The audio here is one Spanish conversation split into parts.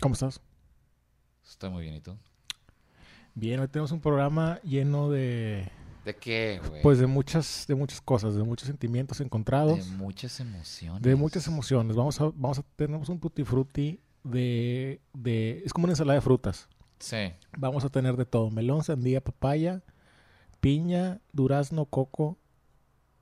¿Cómo estás? Está muy bien, ¿y tú? Bien, hoy tenemos un programa lleno de ¿De qué, güey? pues de muchas de muchas cosas, de muchos sentimientos encontrados, de muchas emociones. de muchas emociones. Vamos a vamos a tenemos un tutti frutti de de es como una ensalada de frutas. Sí. Vamos a tener de todo, melón, sandía, papaya, piña, durazno, coco,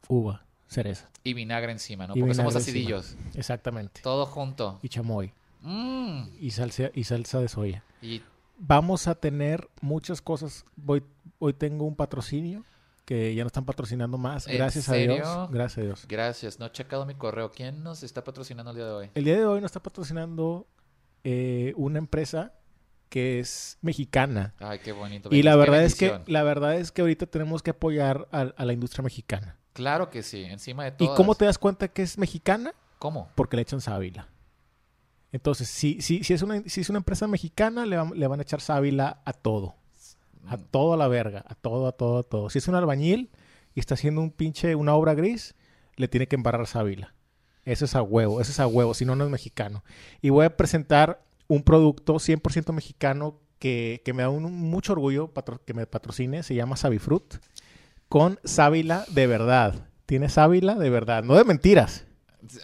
uva, cereza. Y vinagre encima, ¿no? Y Porque somos vinagre encima. acidillos. Exactamente. Todo junto. Y chamoy Mm. y salsa y salsa de soya. Y vamos a tener muchas cosas. Hoy, hoy tengo un patrocinio que ya no están patrocinando más. ¿En Gracias serio? a Dios. Gracias a Dios. gracias, no he checado mi correo. ¿Quién nos está patrocinando el día de hoy? El día de hoy nos está patrocinando eh, una empresa que es mexicana. Ay, qué bonito. Y la Qué verdad es que bendición. la verdad es que ahorita tenemos que apoyar a, a la industria mexicana. Claro que sí, encima de todo. ¿Y cómo te das cuenta que es mexicana? ¿Cómo? Porque le echan sábila. Entonces, si, si, si, es, una, si es una empresa mexicana, le, van- le van a echar sábila a todo. A Mm, todo a la verga, a todo, a todo, a todo. Si es un albañil y está haciendo un pinche, una obra gris, le tiene que embarrar sábila. Eso es a huevo, eso es a huevo, si no, no es mexicano. Y voy a presentar un producto 100% mexicano que, que me da un- mucho orgullo patro- que me patrocine, se llama Savifruit, con sábila de verdad. Tiene sábila de verdad, no de mentiras.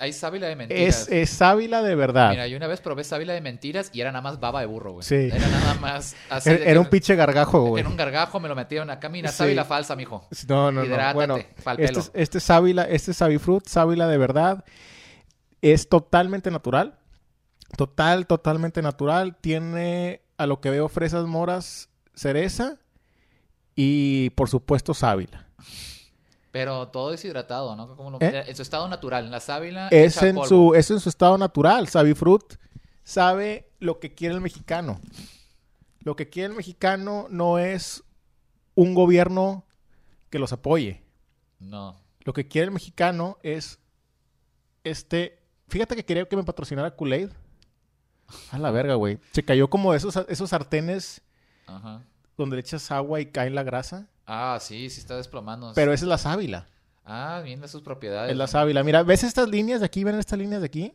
Hay sábila de mentiras. Es, eh, es sábila de verdad. Mira, yo una vez probé sábila de mentiras y era nada más baba de burro, güey. Sí. Era nada más así. Er, era, de era que- un pinche gargajo, güey. En un gargajo me lo metieron acá. Mira, Sí. sábila falsa, mijo. No, no, no. Hidrátate, Bueno, pa'l este pelo. es, este es sábila, este es Savifruit, sábila de verdad. Es totalmente natural. Total, totalmente natural. Tiene, a lo que veo, fresas moras, cereza y, por supuesto, sábila. Pero todo deshidratado, ¿no? Como lo- ¿Eh? En su estado natural. La sábila Es hecha en, Ah, polvo. su, es en su estado natural. Savifruit sabe lo que quiere el mexicano. Lo que quiere el mexicano no es un gobierno que los apoye. No. Lo que quiere el mexicano es este. Fíjate que quería que me patrocinara Kool-Aid. A la verga, güey. Se cayó como esos, esos sartenes Ajá. donde le echas agua y cae la grasa. Ah, sí, sí está desplomando. Pero esa es la sábila. Ah, bien de sus propiedades. Es la sábila. Mira, ¿ves estas líneas de aquí? ¿Ven estas líneas de aquí?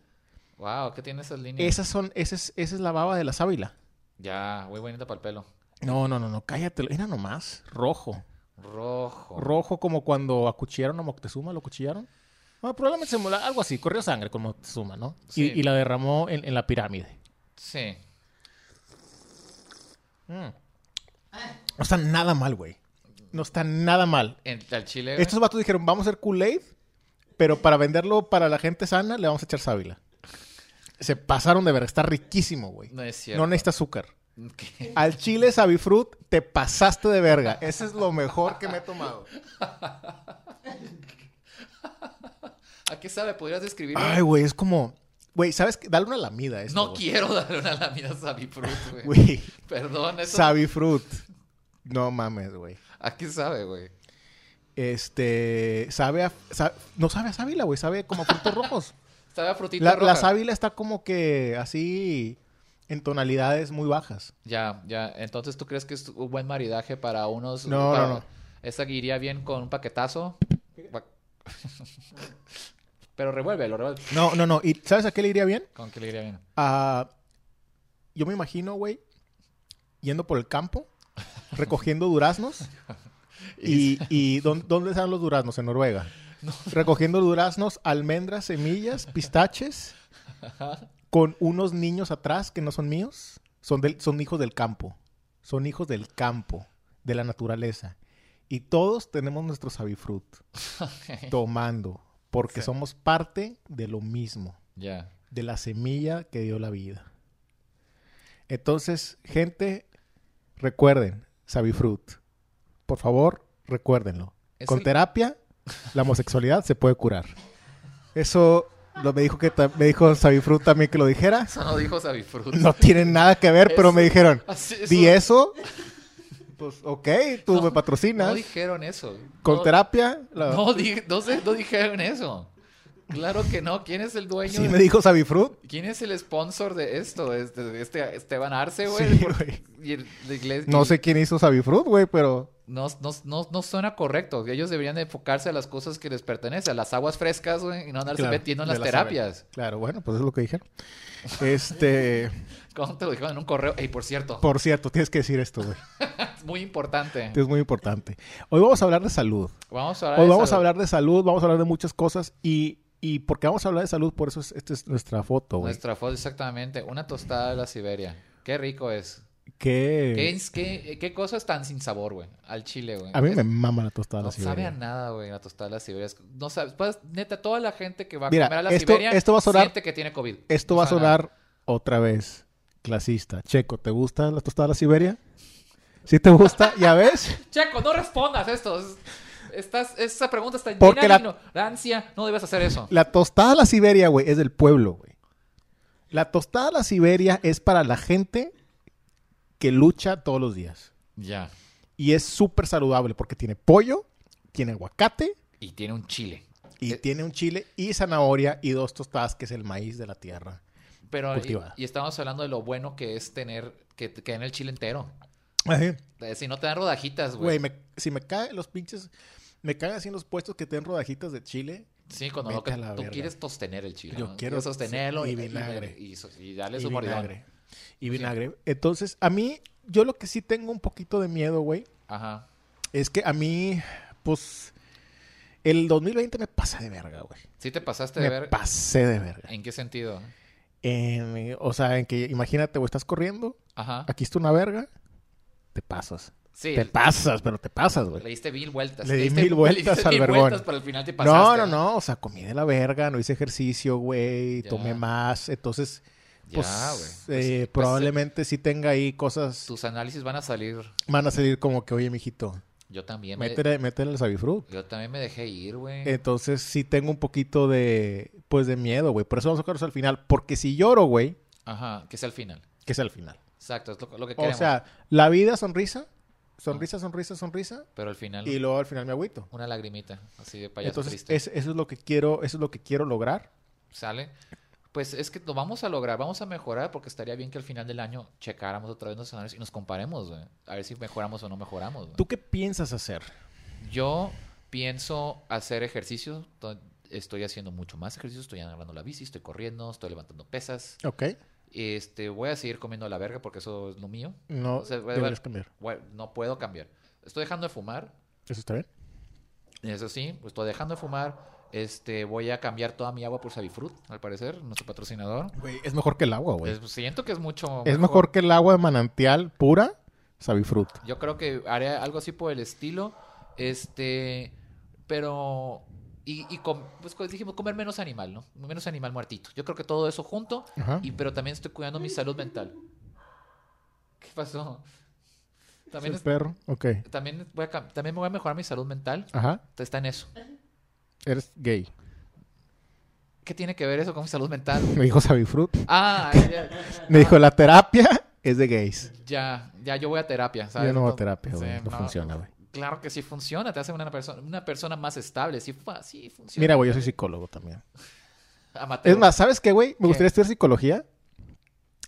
Wow, ¿qué tiene esas líneas? Esas son, esa es, esa es la baba de la sábila. Ya, muy bonita para el pelo. No, no, no, no, cállate. Era nomás. Rojo. Rojo. Rojo como cuando acuchillaron a Moctezuma, lo acuchillaron. Bueno, probablemente se mola- algo así, corrió sangre con Moctezuma, ¿no? Y- Sí. Y, la derramó en, en la pirámide. Sí. Mm. No está nada mal, güey. No está nada mal. En el chile. güey. Estos vatos dijeron, vamos a hacer Kool-Aid, pero para venderlo para la gente sana le vamos a echar sábila. Se pasaron de ver, está riquísimo, güey. No es cierto. No necesita azúcar. ¿Qué? Al chile Sabifruit te pasaste de verga. Ese es lo mejor que me he tomado. ¿A qué sabe? ¿Podrías describirlo? Ay, güey, es como... Güey, ¿sabes? qué? Dale una lamida a esto, no güey. quiero darle una lamida a Savifruit, güey. Güey, Perdón, eso. Sabifruit. No mames, güey. ¿A qué sabe, güey? Este... Sabe a... sa- No sabe a sábila, güey. Sabe como a frutos rojos. Sabe a frutita La, roja. la sábila está como que así en tonalidades muy bajas. Ya, ya. Entonces, ¿tú crees que es un buen maridaje para unos... No, para- no, no. Esa iría bien con un paquetazo. Pa- Pero revuélvelo, revuélvelo. No, no, no. ¿Y sabes a qué le iría bien? ¿Con qué le iría bien? A- Ah, yo me imagino, güey, yendo por el campo, recogiendo duraznos. ¿Y, y ¿dónde, dónde están los duraznos? En Noruega. Recogiendo duraznos, almendras, semillas, pistaches, con unos niños atrás que no son míos. Son, del- son hijos del campo. Son hijos del campo, de la naturaleza. Y todos tenemos nuestro sabifrut tomando, porque Sí. somos parte de lo mismo Ya. de la semilla que dio la vida. Entonces, gente, recuerden, Sabifruit. Por favor, recuérdenlo. Es Con el- terapia, la homosexualidad se puede curar. Eso lo me dijo que ta- me dijo Sabifruit también que lo dijera. Eso no dijo Savifruit. No tiene nada que ver, pero Eso- me dijeron, Así- eso- di eso. Pues, ok, tú me patrocinas. No dijeron eso. Con No- terapia, la- No, di- no, se- no dijeron eso. Claro que no. ¿Quién es el dueño? Sí de- me dijo Savifruit. ¿Quién es el sponsor de esto? Este, este- Esteban Arce, güey. Sí, Por- güey. y el- la iglesia- No sé quién hizo Savifruit, güey, pero... No, no, no, no suena correcto. Ellos deberían enfocarse a las cosas que les pertenecen, a las aguas frescas, güey, y no andarse Claro, metiendo en ya las la terapias. saben. Claro, bueno, pues es lo que dijeron. Este, ¿Cómo te lo dijeron en un correo? Ey, por cierto, por cierto, tienes que decir esto, güey. es muy importante. Es muy importante. Hoy vamos a hablar de salud. Vamos a hablar Hoy de vamos a salud. hablar de salud, vamos a hablar de muchas cosas y, y porque vamos a hablar de salud, por eso es, esta es nuestra foto, güey. Nuestra foto, exactamente. Una tostada de la Siberia. Qué rico es. ¿Qué, Que es- qué, eh, qué cosas tan sin sabor, güey? Al chile, güey. a mí Es- me mama la tostada de No la sabe a Siberia. nada, güey, la tostada de la Siberia. Es- No sabes, pues, neta, toda la gente que va a Mira, comer a la esto- Siberia esto va a sonar- siente que tiene COVID. Esto No va a sabe nada. sonar otra vez clasista. Checo, ¿te gusta la tostada de la Siberia? Si te gusta, ya ves. Checo, no respondas esto. Es- Estás, esa pregunta está Porque llena de la- ignorancia. No debes hacer eso. La tostada de la Siberia, güey, es del pueblo, güey. La tostada de la Siberia es para la gente que lucha todos los días. Ya. Y es súper saludable porque tiene pollo, tiene aguacate Y tiene un chile. y Eh. tiene un chile y zanahoria y dos tostadas que es el maíz de la tierra. Pero, y, Cultivada. y estamos hablando de lo bueno que es tener, que, que en el chile entero. Ajá. Eh, Si no te dan rodajitas, Güey, güey. me- si me caen los pinches, me caen así en los puestos que tienen rodajitas de chile. Sí, cuando no, Vete que- a la tú verga. quieres sostener el chile. Yo ¿no? quiero Quieres sostenerlo y y, vinagre. y- y so- y darle y su mordidón. vinagre. Y vinagre. Entonces, a mí, yo lo que sí tengo un poquito de miedo, güey, Ajá. es que a mí, pues, el 2020 me pasa de verga, güey. Sí te pasaste de Me ver. pasé de verga. ¿En qué sentido? En, eh, o sea, en que imagínate, güey, estás corriendo, Ajá. aquí está una verga, te pasas. Sí, Te pasas, pero te pasas, güey. le diste mil vueltas. Le di diste- mil vueltas diste al mil vergón. vueltas, pero al final te pasaste. No, no, no, o sea, comí de la verga, no hice ejercicio, güey, Ya. tomé más, entonces... Ya, Pues, güey. Pues- eh, pues, probablemente sí tenga ahí eh, cosas. Tus análisis van a salir. Van a salir como que, oye, mijito, Yo también. me- métele, métele el Savifruit. Yo también me dejé ir, güey. Entonces sí tengo un poquito de, pues, de miedo, güey. Por eso vamos a sacarlos al final. Porque si lloro, güey, Ajá, que es al final. que es al final. Exacto, es lo, lo que O queremos. Ah. sea, la vida sonrisa, sonrisa, sonrisa, sonrisa. pero al final, Y luego al final me agüito. una lagrimita, así de payaso Entonces, triste. es- eso es lo que quiero, eso es lo que quiero lograr. ¿Sale? Pues es que lo vamos a lograr, vamos a mejorar, porque estaría bien que al final del año checáramos otra vez nuestros análisis y nos comparemos, güey. A ver si mejoramos o no mejoramos, güey. ¿Tú qué piensas hacer? Yo pienso hacer ejercicio. to- Estoy haciendo mucho más ejercicio. Estoy agarrando la bici, estoy corriendo, estoy levantando pesas. Ok. Este, voy a seguir comiendo a la verga porque eso es lo mío. No O sea, güey, deberías güey. cambiar. Bueno, no puedo cambiar. Estoy dejando de fumar. ¿Eso está bien? Eso sí, estoy dejando de fumar. Este, voy a cambiar toda mi agua por Savifruit, al parecer, nuestro patrocinador. Güey, es mejor que el agua, güey. Es- siento que es mucho Es mejor que el agua de manantial pura, Savifruit. Yo creo que haré algo así por el estilo. Este, pero. Y, y com- pues, co- dijimos comer menos animal, ¿no? Menos animal muertito. Yo creo que todo eso junto. Ajá. Y, pero también estoy cuidando mi salud mental. ¿Qué pasó? También, Es el es- perro, ok. también, voy a cam- también me voy a mejorar mi salud mental. Ajá, Está en eso. eres gay. ¿Qué tiene que ver eso con mi salud mental? Me dijo Savifruit. Ah, ya, Me dijo, la terapia es de gays. ya, ya, yo voy a terapia, ¿sabes? Yo no voy a Entonces- terapia, Sí, güey. no, funciona, güey. Claro que sí funciona, te hace una persona, una persona más estable, sí, fu- sí funciona. Mira, güey, yo soy psicólogo también. Amateur. Es más, ¿sabes qué, güey? Me ¿Qué? gustaría estudiar psicología,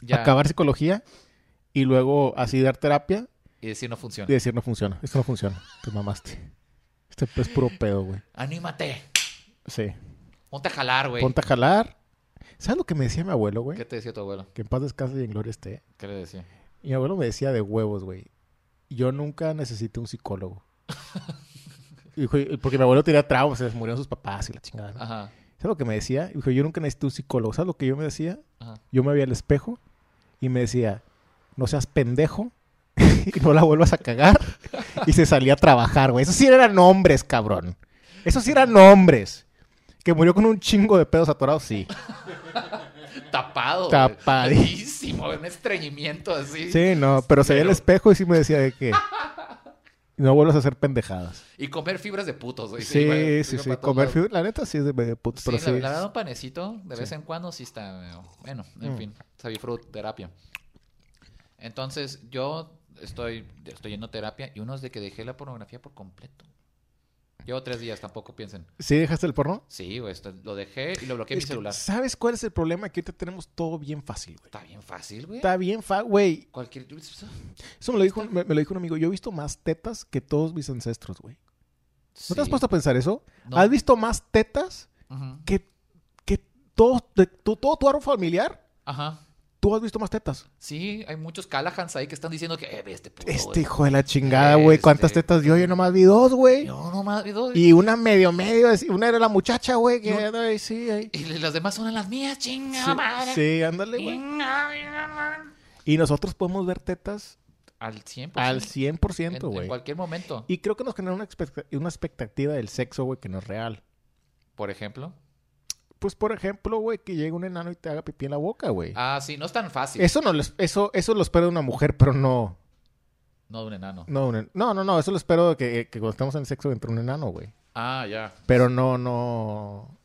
Ya. acabar psicología y luego así dar terapia Y decir no funciona. y decir, no funciona. Esto no funciona. Te mamaste. Este es puro pedo, güey. Anímate. Sí. Ponte a jalar, güey. Ponte a jalar. ¿Sabes lo que me decía mi abuelo, güey? ¿Qué te decía tu abuelo? Que en paz descanse y en gloria esté. ¿Qué le decía? Mi abuelo me decía de huevos, güey. Yo nunca necesité un psicólogo. Dijo, porque mi abuelo tenía traumas, se les murieron sus papás y la chingada. ¿no? Ajá. ¿Sabes lo que me decía? Dijo, yo nunca necesité un psicólogo. ¿Sabes lo que yo me decía? Ajá. Yo me veía al espejo y me decía, no seas pendejo y no la vuelvas a cagar. Y se salía a trabajar, güey. Esos sí eran hombres, cabrón. Esos sí eran hombres. Que murió con un chingo de pedos atorados, sí. Tapado. güey. Tapadi- Tapísimo, un estreñimiento así. Sí, no, pero se veía al Pero- espejo y sí me decía de que no vuelvas a hacer pendejadas. Y comer fibras de putos, güey. Sí, Pues sí, güey, sí. sirve para todos Comer lados. fibra, la neta sí es de medio puto, Sí, pero la, sí. la es- verdad, un panecito de vez Sí. en cuando sí está. medio- Bueno, en Mm. fin, Savifruit, terapia. Entonces, yo estoy, estoy yendo a terapia y uno es de que dejé la pornografía por completo. Llevo tres días, tampoco piensen. ¿Sí dejaste el porno? Sí, güey, esto- lo dejé y lo bloqueé en mi Es que, celular. ¿Sabes cuál es el problema? Que ahorita tenemos todo bien fácil, güey. Está bien fácil, güey. Está bien fácil, güey. Cualquier... Eso me lo, dijo, me, me lo dijo un amigo. Yo he visto más tetas que todos mis ancestros, güey. ¿No te has Sí. puesto a pensar eso? No. ¿Has visto más tetas Ujú. que, que todos, de- tu- todo tu árbol familiar? Ajá. Tú has visto más tetas. Sí, hay muchos Callahans ahí que están diciendo que, eh, ve este puto, Este güey. hijo de la chingada, güey. ¿Cuántas Este- tetas vio? Yo nomás vi dos, güey. Yo nomás vi dos. Y... Y una medio, medio. es- Una era la muchacha, güey. Que Yo- anda ahí, sí, ahí. las demás son las mías, chinga madre. Sí, ándale, güey. Chinga, chinga, madre. Y nosotros podemos ver tetas Al 100%. al En- 100%, en, güey. cualquier momento. Y creo que nos genera una, expecta- una expectativa del sexo, güey, que no es real. Por ejemplo. Pues, por ejemplo, güey, que llegue un enano y te haga pipí en la boca, güey. Ah, sí, no es tan fácil. Eso no lo es- eso, eso lo espero de una mujer, pero no. No de un enano. No, un en- no, no, no, eso lo espero de que, que cuando estamos en el sexo entre un enano, güey. Ah, ya. Pero no, no.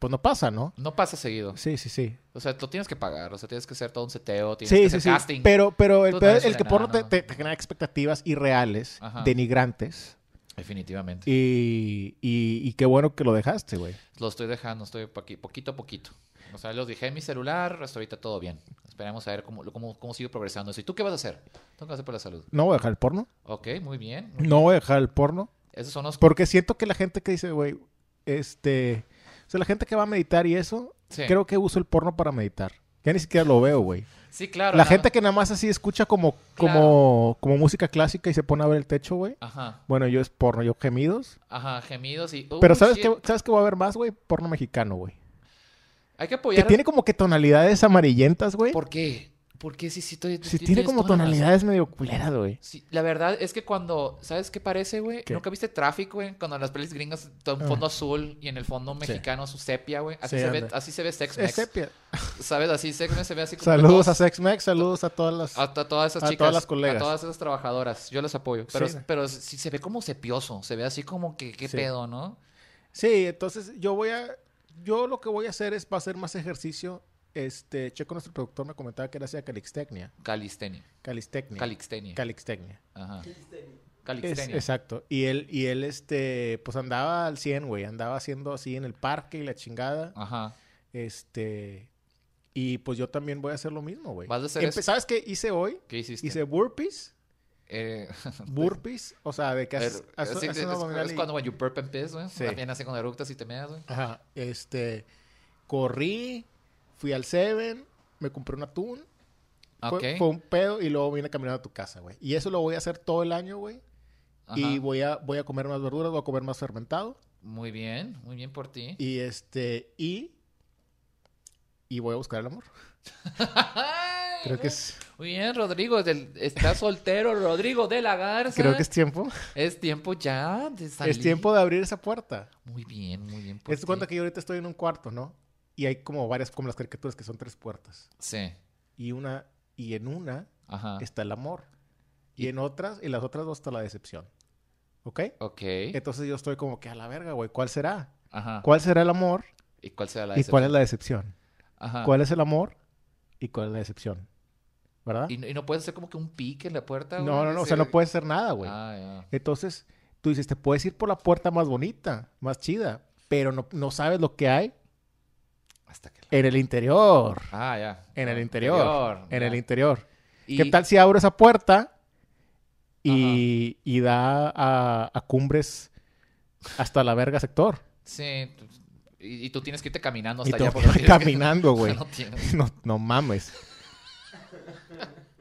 Pues no pasa, ¿no? No pasa seguido. Sí, sí, sí. O sea, lo tienes que pagar. O sea, tienes que hacer todo un seteo. Tienes que Sí, sí, hacer sí. casting. Pero, pero el, Tú peor no es eres el que un porno te, enano. te- te genera expectativas irreales, Ajá. denigrantes. Definitivamente. Y, y, y qué bueno que lo dejaste, güey. Lo estoy dejando. Estoy pa- aquí, poquito a poquito. O sea, los dejé en mi celular. Hasta ahorita todo bien. Esperemos a ver cómo, cómo, cómo sigue progresando eso. ¿Y tú qué vas a hacer? ¿Tú qué vas a hacer por la salud? No voy a dejar el porno. Ok, muy bien. No voy a dejar el porno. Esos son los... Porque siento que la gente que dice, güey, este. O sea, la gente que va a meditar y eso, Sí. creo que uso el porno para meditar. Ya ni siquiera lo veo, güey. Sí, claro. la nada- gente que nada más así escucha como, como, como música clásica y se pone a ver el techo, güey. Ajá. Bueno, yo es porno, yo gemidos. Ajá, gemidos y... Pero "Uy, ¿sabes shit". qué, ¿sabes qué va a haber más, güey? Porno mexicano, güey. Hay Que que apoyar... tiene como que tonalidades amarillentas, güey. ¿Por qué? ¿Por qué si, si estoy- Sí, ti- tiene tienes como toda la razón. tonalidades medio culeras, güey. Sí, la verdad es que cuando, ¿sabes qué parece, güey? ¿Qué? ¿Nunca viste tráfico, güey? Cuando en las pelis gringas todo un Ah. fondo azul y en el fondo mexicano su sepia, güey. Así Sí, se ve, anda. así se ve Sex Es Mex. sepia. ¿Sabes? Así Sex Mex Ah. se ve así como que Saludos a todos- Sex Mex, saludos a todas las... a, a todas esas a chicas, todas las colegas. a todas esas trabajadoras, yo las apoyo, pero Sí. pero sí se ve como sepioso, se ve así como que qué Sí. pedo, ¿no? Sí, entonces yo voy a. Yo lo que voy a hacer es va a hacer más ejercicio. Este, Checo, nuestro productor me comentaba que era hacia calistecnia. Calistenia, Calistecnia. calixtenia. calistecnia. Ajá. Es- Calixtenia. exacto. Y él, y él, este, pues andaba al 100, güey. Andaba haciendo así en el parque y la chingada. Ajá. Este. Y pues yo también voy a hacer lo mismo, güey. Vas a hacer Empe- eso. ¿Sabes qué hice hoy? ¿Qué hiciste? Hice burpees. Eh, Burpees. O sea, de que haces. pero- haces- sí, haces es, una es- abdominal es y- cuando when you burp and piss, güey. Sí. También hace con eructas y te meas, güey. Ajá, este, corrí, fui al Seven, me compré un atún, fue, Ok. fue un pedo y luego vine caminando a tu casa, güey. Y eso lo voy a hacer todo el año, güey. Y Ajá. voy a, voy a comer más verduras, voy a comer más fermentado. Muy bien, muy bien por ti. Y este, y, y voy a buscar el amor. Creo que es, Muy bien, Rodrigo. del- está soltero, Rodrigo de la Garza. creo que es tiempo. Es tiempo ya de salir. Es tiempo de abrir esa puerta. Muy bien, muy bien por Es ti. cuenta que yo ahorita estoy en un cuarto, ¿no? Y hay como varias, como las caricaturas que son tres puertas. Sí, Y una, y en una ajá. está el amor. Ah. Y en otras, en las otras dos está la decepción. ¿Ok? Ok, Entonces yo estoy como que a la verga, güey. ¿Cuál será? ajá. ¿Cuál será el amor? ¿Y cuál será la ¿Y cuál es decepción? Ah. la decepción? Ah. Ajá. ¿Cuál es el amor? ¿Y cuál es la decepción? ¿Verdad? ¿Y, y no puedes hacer como que un pique en la puerta? No, güey? no, no. O Decir- sea, no puede ser nada, güey. Ah, ya. Entonces tú dices, te puedes ir por la puerta más bonita, más chida, pero no, no sabes lo que hay Hasta que... la- en el interior. Ah, ya. En el Ah, interior. En ya. el interior. Y- ¿Qué tal si abro esa puerta y, y da a, a cumbres hasta la verga sector? Sí. tú- Y, y tú tienes que irte caminando y hasta tengo allá. que porque ir tienes que- caminando, güey. No tienes- No, no mames.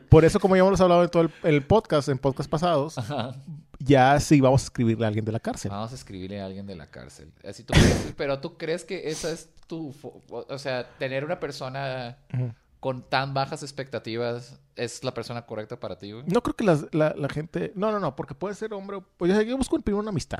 Por eso, como ya hemos hablado en todo el, el podcast, en podcast pasados, Ajá. ya sí vamos a escribirle a alguien de la cárcel. Vamos a escribirle a alguien de la cárcel. Así tú crees- pero tú crees que esa es tu... fo- O sea, tener una persona Ujú. con tan bajas expectativas es la persona correcta para ti, güey. No creo que las- la, la gente... No, no, no, porque puede ser hombre... Pues yo, yo busco primero una amistad.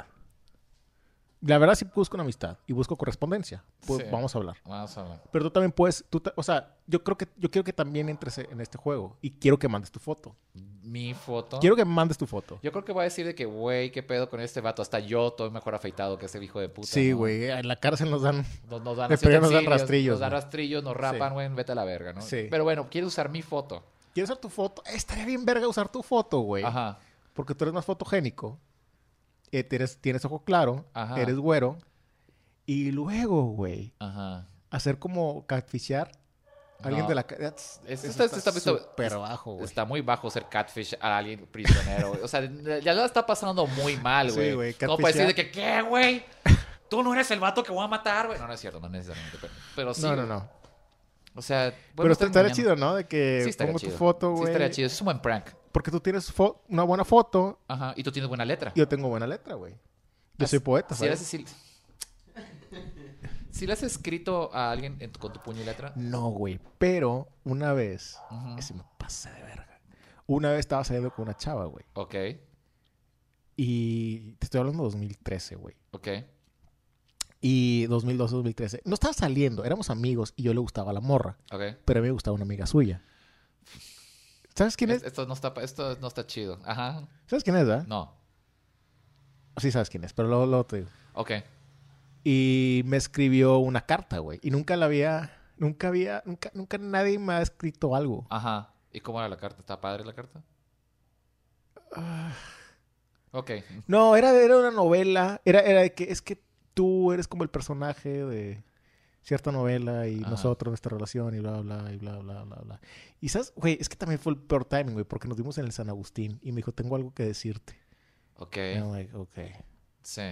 La verdad sí busco una amistad y busco correspondencia. Pues, Sí. Vamos a hablar. Vamos a ver. Pero tú también puedes, tú ta- o sea, yo creo que yo quiero que también entres en este juego y quiero que mandes tu foto. Mi foto. Quiero que mandes tu foto. ¿Ah? Yo creo que va a decir de que, güey, qué pedo con este vato. Hasta yo estoy mejor afeitado que ese hijo de puta. sí, ¿no? güey, en la cárcel nos dan Nos, nos dan De así perdido nos dan utensilios, rastrillos, Nos dan güey. rastrillos, nos rapan, Sí. güey, vete a la verga, ¿no? Sí. Pero bueno, quiero usar mi foto. ¿Quieres usar tu foto? Eh, estaría bien verga usar tu foto, güey. Ajá. Porque tú eres más fotogénico. eh, tienes, tienes ojo claro, Ajá. eres güero. Y luego, güey, Ajá. hacer como catfishar a alguien No. de la... ca- that's- Es- eso está- está está- está- súper es- bajo, güey. Está muy bajo ser catfish a alguien prisionero. güey. O sea, ya lo está pasando muy mal, Sí, güey. güey, Como para decir catfishear. de que, ¿qué, güey? Tú no eres el vato que voy a matar, güey. No, no es cierto, no necesariamente. Pero, pero sí. no, no, güey. no. O sea, Pero bueno, está- está estaría chido, ¿no? De que Sí, estaría pongo chido. tu foto, Sí, güey. estaría chido. Es un buen prank. Porque tú tienes fo- una buena foto Ajá. Y tú tienes buena letra. y yo tengo buena letra, güey. Yo Has- soy poeta, Si le ¿sabes? has, si- si le has escrito a alguien en tu- con tu puño y letra. No, güey. Pero una vez, Ujú. ese me pasa de verga. Una vez estaba saliendo con una chava, güey. Ok, Y te estoy hablando de 2013, güey. ok. Y 2012, 2013. No estaba saliendo, éramos amigos y yo le gustaba la morra. Ok. Pero a mí me gustaba una amiga suya. ¿Sabes quién Es- es? Esto no está, pa- esto no está chido. Ajá. ¿Sabes quién es, verdad? No. Sí, sabes quién es, pero luego, luego te digo. Ok. y me escribió una carta, güey. Y nunca la había, nunca había, nunca, nunca nadie me ha escrito algo. Ajá. ¿Y cómo era la carta? ¿Está padre la carta? Ah. Ok. No, era, de- era una novela, era, era de que es que tú eres como el personaje de cierta novela y Ajá. nosotros, nuestra relación y bla, bla, y bla, bla, bla, bla. Y sabes, güey, es que también fue el peor timing, güey, porque nos vimos en el San Agustín y me dijo, tengo algo que decirte. Ok. Y I'm like, ok. Sí.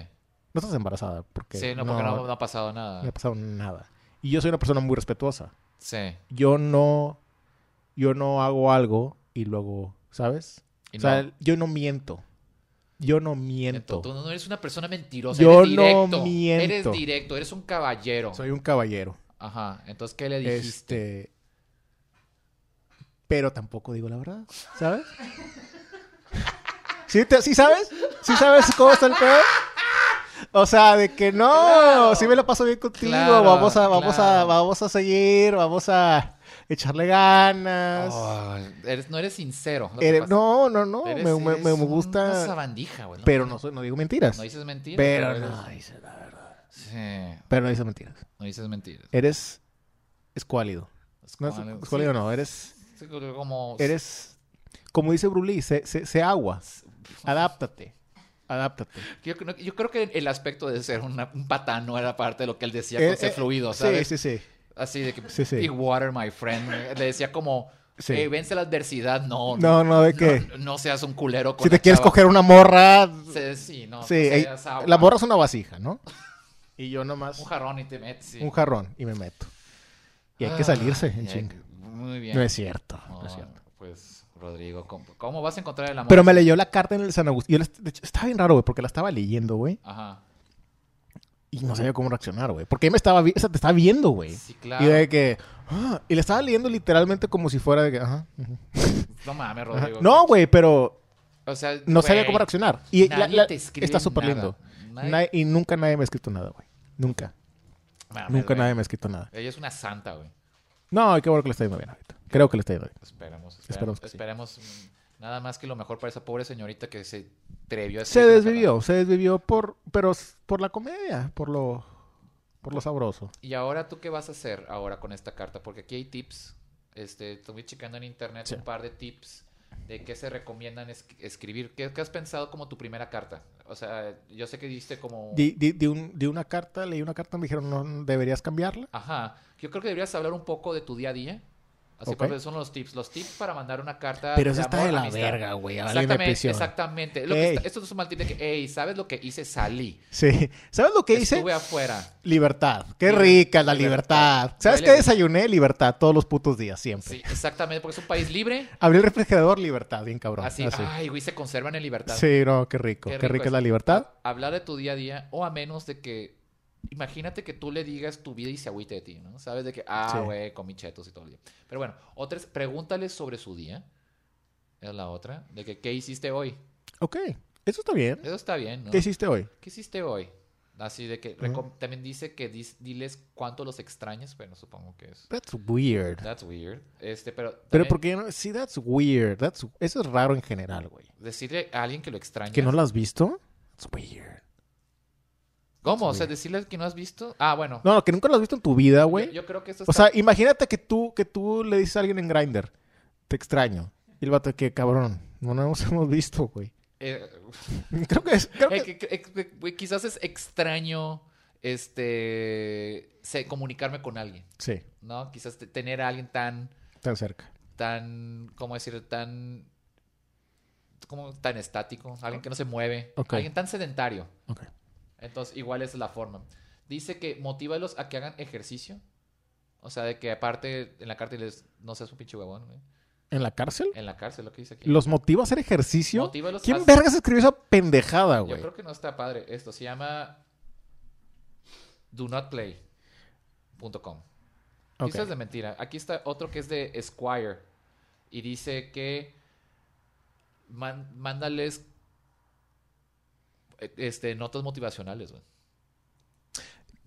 No estás embarazada porque, Sí, no, porque no, no ha pasado nada. me ha pasado nada. Y yo soy una persona muy respetuosa. Sí. yo no yo no hago algo y luego, ¿sabes? Y o sea, no. yo no miento. Yo no miento. Tú tú no eres una persona mentirosa. Yo eres directo. no miento. Eres directo. Eres un caballero. Soy un caballero. Ajá. Entonces, ¿qué le dijiste? Este pero tampoco digo la verdad, ¿sabes? ¿Sí, te- sí sabes? ¿Sí sabes cómo está el peor? O sea, de que no, Claro. sí me la paso bien contigo, Claro, vamos a vamos a claro. vamos a seguir, vamos a echarle ganas. Oh, eres- no eres sincero. lo que Eres- pasa. no, no, no, Eres- me, me- eres me una gusta. sabandija, güey, ¿no? Pero no, soy- no digo mentiras. No dices mentiras. pero eres- no dices la verdad. Sí, Pero no dices mentiras. no dices mentiras. Eres escuálido. No, es- Escuálido, escuálido no, eres... sí, sí, como... Eres... Como dice Brulí, sé, sé- sé agua. Adáptate. Adáptate. Yo, creo- yo creo que el aspecto de ser una- un patán no era parte de lo que él decía Eh, con ese eh, fluido, Sí, ¿sabes? sí, sí. Así de que... Sí, sí. "Be water, my friend. Le decía como... Sí. "Ey, vence la adversidad. No, No, no, ¿de qué? No, no seas un culero con si la te quieres chava". coger una morra... Sí, sí, no. sí, no ey, seas agua. la morra es una vasija, ¿no? Y yo Un nomás jarrón y te metes. sí. un jarrón y me meto. Y hay que Ah, salirse en y hay- chinga. Muy bien. No es cierto, no No, es cierto. Pues, Rodrigo, ¿cómo, cómo vas a encontrar el amor? Pero me leyó la carta en el San Agustín. Yo la est- de hecho, estaba bien raro, güey, porque la estaba leyendo, güey. Ajá. Y no sabía cómo reaccionar, güey. Porque ella me estaba, vi- o sea, te estaba viendo, güey. Sí, claro. Y de que... ah, y le estaba leyendo literalmente como si fuera de que... Ajá, ujú, No mames, ajá. Rodrigo. No, güey, pero O sea, no güey, sabía cómo reaccionar. Y la- nadie la- te escribe está súper nada. lindo. Nadie- Nadie- y nunca nadie me ha escrito nada, güey. Nunca. mames, nunca güey. nadie me ha escrito nada. Ella es una santa, güey. No, y qué bueno que le está yendo bien ahorita. Creo que le está yendo bien. Esperemos, esperemos. Esperemos Esperemos, que sí. mm, nada más que lo mejor para esa pobre señorita que se atrevió a Se escribir una desvivió, se desvivió por... Pero s- por la comedia, por lo... Por lo sabroso. carta. ¿Y ahora tú qué vas a hacer ahora con esta carta? Porque aquí hay tips. Este, estuve checando en internet Sí. un par de tips de qué se recomiendan es- escribir. ¿Qué, qué has pensado como tu primera carta? O sea, yo sé que diste como... Di, di- di un- di una carta, leí una carta, me dijeron, no, deberías cambiarla. Ajá. Yo creo que deberías hablar un poco de tu día a día. Así Ok. porque son los tips. Los tips para mandar una carta. Pero eso está Ah, amor, de la amistad. verga, güey. Ahora alguien me Exactamente, prisiona. exactamente. Lo que Ey. está- esto es un mal tip de que, hey, ¿sabes lo que hice? Salí. Sí. ¿Sabes lo que hice? Estuve afuera. Libertad. Qué Liber- rica la libertad. libertad. ¿Sabes Huele qué bien. desayuné? Libertad todos los putos días, siempre. Sí, exactamente, porque es un país libre. Abrí el refrigerador, libertad, bien cabrón. Así, Así. ay, güey, se conservan en libertad. Ah, Sí, no, qué rico. Qué Qué, rico rica es. es la libertad. Hablar de tu día a día, o a menos de que. Imagínate que tú le digas tu vida y se agüite de ti, ¿no? Sabes de que, ah, Sí. güey, comí chetos y todo el día. Pero bueno, otra es pregúntale sobre su día. Es la otra. De que, ¿qué hiciste hoy? Ok, eso está bien. Eso está bien, ¿no? ¿Qué Mm. hiciste hoy? ¿Qué hiciste hoy? Así de que recom- también dice que dis- diles cuánto los extrañas. Bueno, supongo que es. That's weird. That's weird. Este, pero. Pero también porque no? Sí, that's weird. That's... Eso es raro en general, güey. Decirle a alguien que lo extraña. ¿Que no la has visto? That's weird. ¿Cómo? O sea, weird. decirle que no has visto. Ah, bueno. No, no, que nunca lo has visto en tu vida, Yo- güey. Yo, creo que esto O está. sea, imagínate que tú, que tú le dices a alguien en Grindr, te extraño. Y el vato, que cabrón, no nos hemos visto, güey. eh, Creo que es. Creo eh, que- que- que- que- que- quizás es extraño este se- comunicarme con alguien, Sí, ¿no? Quizás te- tener a alguien tan, tan cerca. tan, ¿cómo decir? Tan, como tan estático, alguien que no se mueve, Ok. alguien tan sedentario. Ok. Entonces, igual esa es la forma. Dice que motívalos a que hagan ejercicio. O sea, de que aparte en la cárcel les, no seas un pinche huevón, güey. ¿En la cárcel? En la cárcel, lo que dice aquí. ¿Los motiva a hacer ejercicio? Motívalos a- ¿Quién vergas escribió esa pendejada, Yo güey? creo que no está padre. Esto se llama do not play.com. Ok. Quizás de mentira. Aquí está otro que es de Esquire y dice que man- mándales eh, este, notas motivacionales, güey.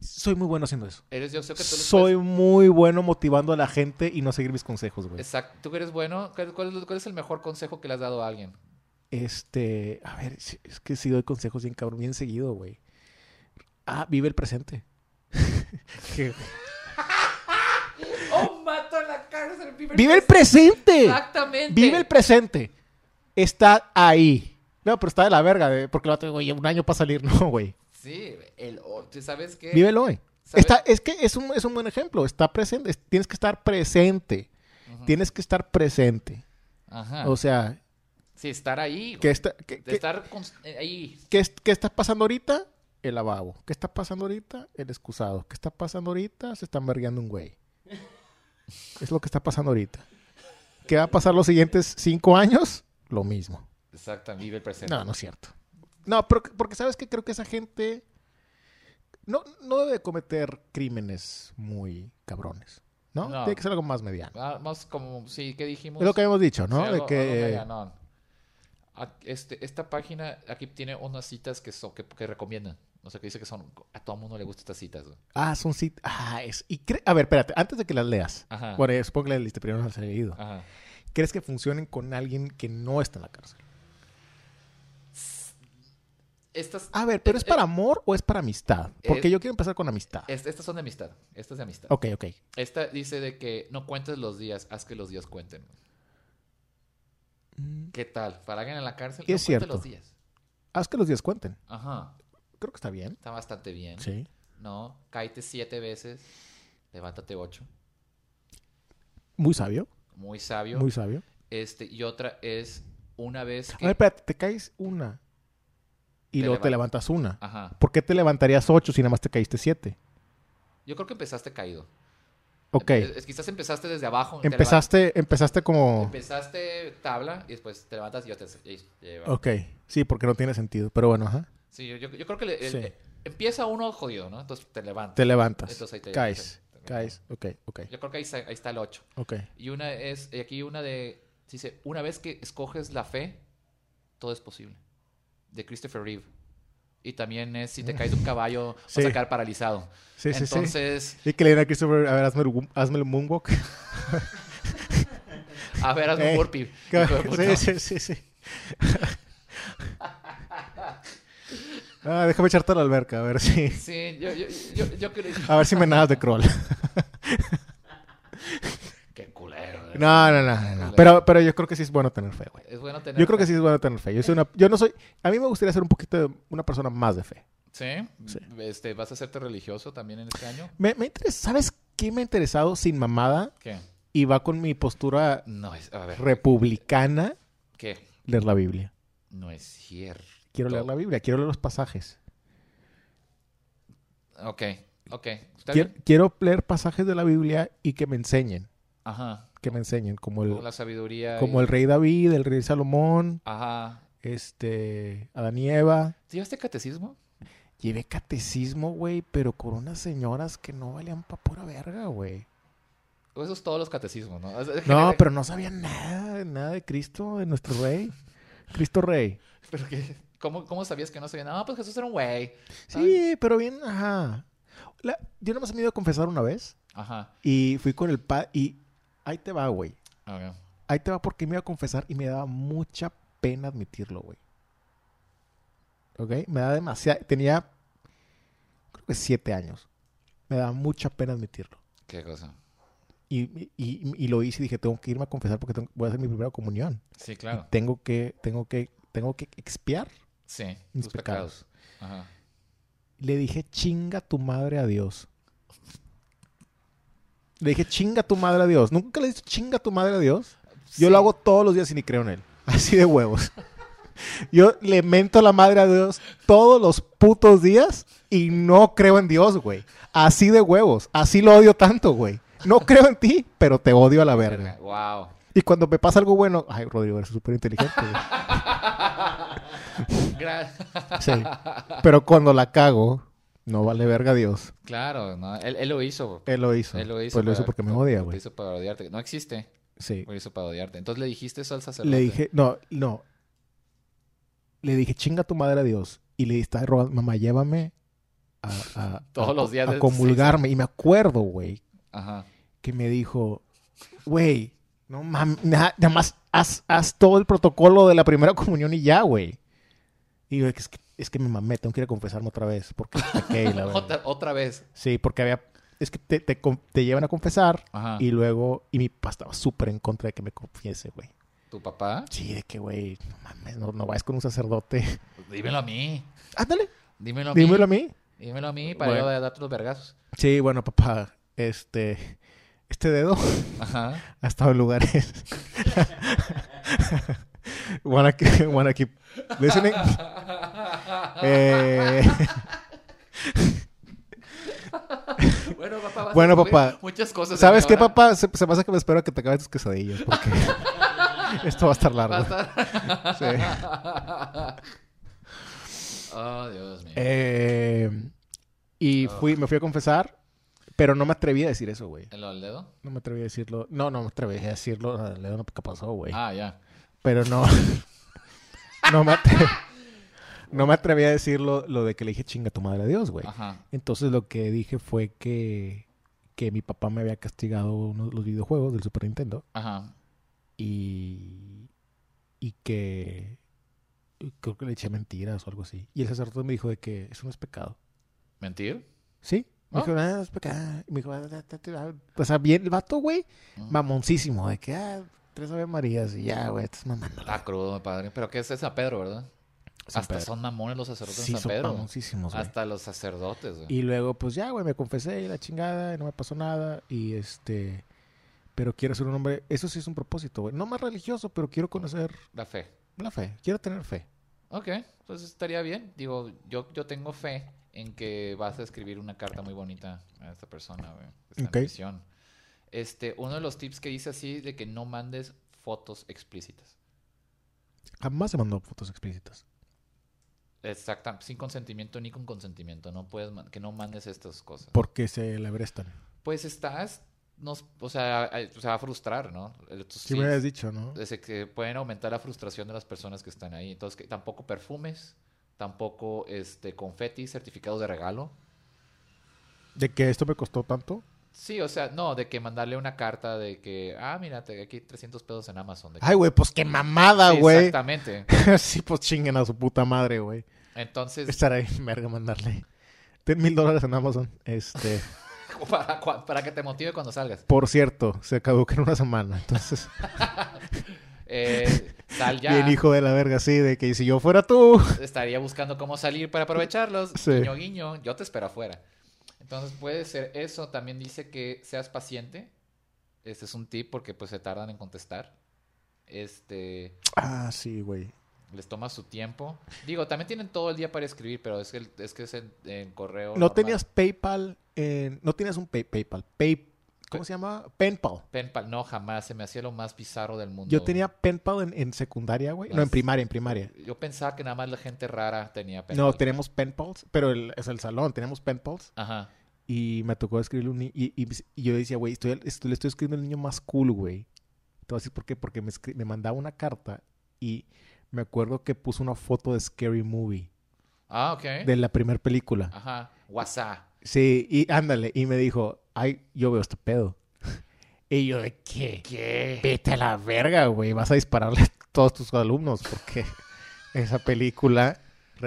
Soy muy bueno haciendo eso. Eres, yo sé que tú les Soy puedes- muy bueno motivando a la gente y no seguir mis consejos, güey. Exacto. Tú que eres bueno. ¿Cuál, cuál- cuál es el mejor consejo que le has dado a alguien? Este, a ver, si- es que sí doy consejos bien cabrón, bien seguido, güey. Ah, vive el presente. Que- ¡Oh, mato a la cárcel! ¡Vive el presente! Exactamente. ¡Vive el presente! Está ahí. No, pero está de la verga, de- porque lo tengo, güey, un año para salir. No, güey. Sí, el, oh, ¿tú ¿sabes qué? Vive el hoy. ¿Sabes? Está, es que es un, es un buen ejemplo. Está presente. Es- Tienes que estar presente. Ujú. Tienes que estar presente. Ajá. O sea, Sí, estar ahí. que güey. está, que- De que- estar const- eh, ahí. ¿Qué, es- qué está pasando ahorita? El lavabo. ¿Qué está pasando ahorita? El excusado. ¿Qué está pasando ahorita? Se están vergueando un güey. Es lo que está pasando ahorita. ¿Qué va a pasar los siguientes cinco años? Lo mismo. Exactamente, vive el presente. No, no es cierto. No, pero, porque sabes que creo que esa gente no, no debe cometer crímenes muy cabrones. ¿no? No. Tiene que ser algo más mediano. Ah, Más como, sí, ¿qué dijimos? Es lo que habíamos dicho, Sí, ¿no? De algo- que. algo medianón. A- este, esta página aquí tiene unas citas que, son, que, que recomiendan. O sea, que dice que son. A todo mundo le gustan estas citas. güey. Ah, son sit- Ah, es. Y cre- A ver, espérate, antes de que las leas. Ajá. Bueno, supongo que las leíste primero no las he leído. Ajá. ¿Crees que funcionen con alguien que no está en la cárcel? Estas, A ver, ¿pero es para amor o es para amistad? Porque eh, yo quiero empezar con amistad. est- estas son de amistad. Estas de amistad. Ok, ok. Esta dice de que no cuentes los días, haz que los días cuenten. güey. ¿Qué tal? Para alguien en la cárcel, Y no es cuente cierto. los días. Mm, Haz que los días cuenten. Ajá. Creo que está bien. Está bastante bien. Sí. No, cáete siete veces, levántate ocho. Muy sabio. Muy sabio. Muy sabio. Este, y otra es una vez A que. ver, espérate, te caes una y Te luego te levan- levantas una. Ajá. ¿Por qué te levantarías ocho si nada más te caíste siete? Yo creo que empezaste caído. Ok. Es- es- quizás empezaste desde abajo. te Empezaste, empezaste levan- como... Empezaste tabla y después te levantas y yo te. y- y- Ok. Sí, porque no tiene sentido. Pero bueno, ajá. Sí, yo, yo- yo creo que le- el- Sí. eh, empieza uno jodido, ¿no? Entonces te levantas. Te levantas. Entonces ahí te- caes. te- te- Caes. Ok, ok. Yo creo que ahí está, ahí está el ocho. Ok. Y una es. Y aquí una de. Dice: Una vez que escoges la fe, todo es posible. De Christopher Reeve. Y también es: si te caes de un caballo, Sí. vas a quedar paralizado. Sí, sí, sí. Entonces. Y que le den a Christopher, a ver, hazme el, gu- hazme el moonwalk. A ver, hazme Ey, un burpee. Que- hijo de puta. Sí, sí, sí, sí. Ah, déjame echarte a la alberca, a ver si, Sí, yo, yo, yo, yo creo. a ver si me nadas de crawl. Qué culero. güey. No, no, no, no, no. Pero, pero yo creo que sí es bueno tener fe, güey. Es bueno tener. Yo creo que sí es bueno tener fe. Yo soy una, yo no soy, a mí me gustaría ser un poquito de- una persona más de fe. Sí. Sí. Este, ¿Vas a hacerte religioso también en este año? Me, me interesa, ¿sabes qué me ha interesado sin mamada? ¿Qué? Y va con mi postura No es. A ver. republicana, ¿Qué? leer la Biblia. No es cierto. Quiero leer la Biblia, quiero leer los pasajes. Ok, ok. ¿Está Quiero, bien? quiero leer pasajes de la Biblia y que me enseñen, Ajá. que me enseñen, como el, Como la sabiduría. y- Como el rey David, el rey Salomón, Ajá. este, Adán y Eva. ¿Te ¿Llevaste catecismo? Llevé catecismo, güey, pero con unas señoras que no valían pa' pura verga, güey. O Esos todos los catecismos, ¿no? Es- es No, general- pero no sabían nada, nada de Cristo, de nuestro rey. Cristo rey. ¿Pero qué? ¿Cómo, ¿Cómo sabías que no sabía? No, pues Jesús era un güey. Sí, pero bien, ajá. La- yo nomás me he ido a confesar una vez Ajá. y fui con el padre y ahí te va, güey. Ok. Ahí te va porque me iba a confesar y me daba mucha pena admitirlo, güey. ¿Ok? Me da demasiada... Tenía, creo que siete años. Me daba mucha pena admitirlo. ¿Qué cosa? Y, y- y lo hice y dije, tengo que irme a confesar porque tengo- voy a hacer mi primera comunión. Sí, claro. Tengo que, tengo que tengo que expiar Sí, mis tus pecados. pecados. Ajá. Le dije, chinga tu madre a Dios. Le dije, chinga tu madre a Dios. ¿Nunca le he dicho chinga tu madre a Dios? Yo Sí. lo hago todos los días y ni creo en él. Así de huevos. Yo le mento la madre a Dios todos los putos días y no creo en Dios, güey. Así de huevos. Así lo odio tanto, güey. No creo en ti, pero te odio a la verga. Wow. Y cuando me pasa algo bueno, ay, Rodrigo, eres súper inteligente. Sí. Pero cuando la cago, no vale verga Dios. Claro, no, él, él lo hizo. Él lo hizo. Él lo hizo. pues, Pues lo hizo para- porque me lo- odia, Lo güey. hizo para odiarte. No existe. Sí. Lo hizo para odiarte. Entonces le dijiste eso al sacerdote. Le dije, no, no. Le dije, chinga tu madre a Dios. Y le dije, robando, mamá, llévame a, a- Todos a- los días a de- comulgarme. Y me acuerdo, güey, Ajá. que me dijo, güey, no mames, na- nada más haz, haz todo el protocolo de la primera comunión y ya, güey. Y yo, es que, es que me mamé, tengo que ir a confesarme otra vez. Porque pequé, la verdad. Otra, otra vez. Sí, porque había. Es que te, te con- te llevan a confesar Ajá. y luego. Y mi papá estaba súper en contra de que me confiese, güey. ¿Tu papá? Sí, de que, güey, no mames, no, no vayas con un sacerdote. Pues, Dímelo a mí. Ándale, Dímelo a mí. dímelo a mí. Dímelo a mí para Bueno. yo darte los vergazos. Sí, bueno, papá, este. Este dedo Ajá. ha estado en lugares. wanna, keep- wanna keep listening. Eh, Bueno, papá. vas a Bueno, descubrir papá. Muchas cosas. en ¿Sabes mi qué, hora. papá? Se, se me hace que me espero a que te acabes tus quesadillas porque esto va a estar largo. Va a estar- Sí. Oh, Dios mío. Eh, y fui, me fui a confesar, pero no me atreví a decir eso, güey. ¿El al dedo? No me atreví a decirlo. No, no me atreví a decirlo. a Leo no qué pasó, güey. Ah, ya. Pero no. no, me atre- no me atreví a decirlo lo de que le dije chinga tu madre a Dios, güey. Ajá. Entonces lo que dije fue que, que mi papá me había castigado uno de los videojuegos del Super Nintendo Ajá. y, y que creo que le eché mentiras o algo así. Y el sacerdote me dijo de que eso no es pecado. ¿Mentir? Sí. Me ¿Ah? dijo, ah, es pecado. Me dijo, ah, ah, ah, ah, ah. o sea, bien, el vato, güey, Ujú. mamoncísimo, de que, ah, tres Ave Marías y ya, güey, estás mamando. Ah, crudo, padre. Pero ¿qué es San Pedro, verdad? Hasta son mamones los sacerdotes sí, en San son Pedro. mamoncísimos, güey. Hasta los sacerdotes, güey. Y luego, pues ya, güey, me confesé y la chingada, y no me pasó nada, y este. Pero quiero ser un hombre, eso sí es un propósito, güey. No más religioso, pero quiero conocer La fe. la fe, quiero tener fe. Ok, entonces estaría bien. Digo, yo, yo tengo fe en que vas a escribir una carta muy bonita a esta persona, güey. que Está Ok. en prisión. Este, uno de los tips que dice así de que no mandes fotos explícitas. Jamás se mandó fotos explícitas. Exacta, sin consentimiento ni con consentimiento. No puedes man- que no mandes estas cosas. Porque se le prestan. Pues estás, nos, o sea, a- se va a frustrar, ¿no? El- tus Sí, feeds, me habías dicho, ¿no? es de que pueden aumentar la frustración de las personas que están ahí. Entonces, que tampoco perfumes, tampoco este confeti, certificados de regalo. De que esto me costó tanto. Sí, o sea, no, de que mandarle una carta de que, ah, mira, te- aquí 300 pesos en Amazon. De que- Ay, güey, pues qué mamada, Sí, güey. Exactamente. sí, pues chinguen a su puta madre, güey. Entonces, Estar ahí, verga, mandarle. Ten mil dólares en Amazon. Este, para, cua- para que te motive cuando salgas. por cierto, se caduca en una semana. Entonces, Eh, sal ya. bien hijo de la verga, sí, de que si yo fuera tú. Estaría buscando cómo salir para aprovecharlos. Sí. Guiño, guiño, yo te espero afuera. Entonces puede ser eso. También dice que seas paciente. Este es un tip porque pues se tardan en contestar. Este, Ah, sí, güey. les toma su tiempo. Digo, también tienen todo el día para escribir, pero es que, el- es, que es en, en correo. No normal. tenías PayPal, en- no tenías un pay- PayPal. Pay- ¿Cómo se llama? Penpal. Penpal, no, jamás. Se me hacía lo más bizarro del mundo. Yo tenía Penpal en, en secundaria, güey. No, en Las- primaria, en primaria. Yo pensaba que nada más la gente rara tenía No, Penpal. tenemos Penpals, pero el- es el salón, tenemos Penpals. Ajá. Y me tocó escribirle un ni- y, y- y yo decía, güey, estoy, estoy- le estoy escribiendo al niño más cool, güey. Te voy a decir por qué. Porque me, escri- me mandaba una carta y me acuerdo que puso una foto de Scary Movie, Ah, ok. de la primera película. Ajá. WhatsApp. Sí, y ándale. Y me dijo, ay, yo veo este pedo. Y yo, ¿de qué? ¿Qué? Vete a la verga, güey. Vas a dispararle a todos tus alumnos porque esa película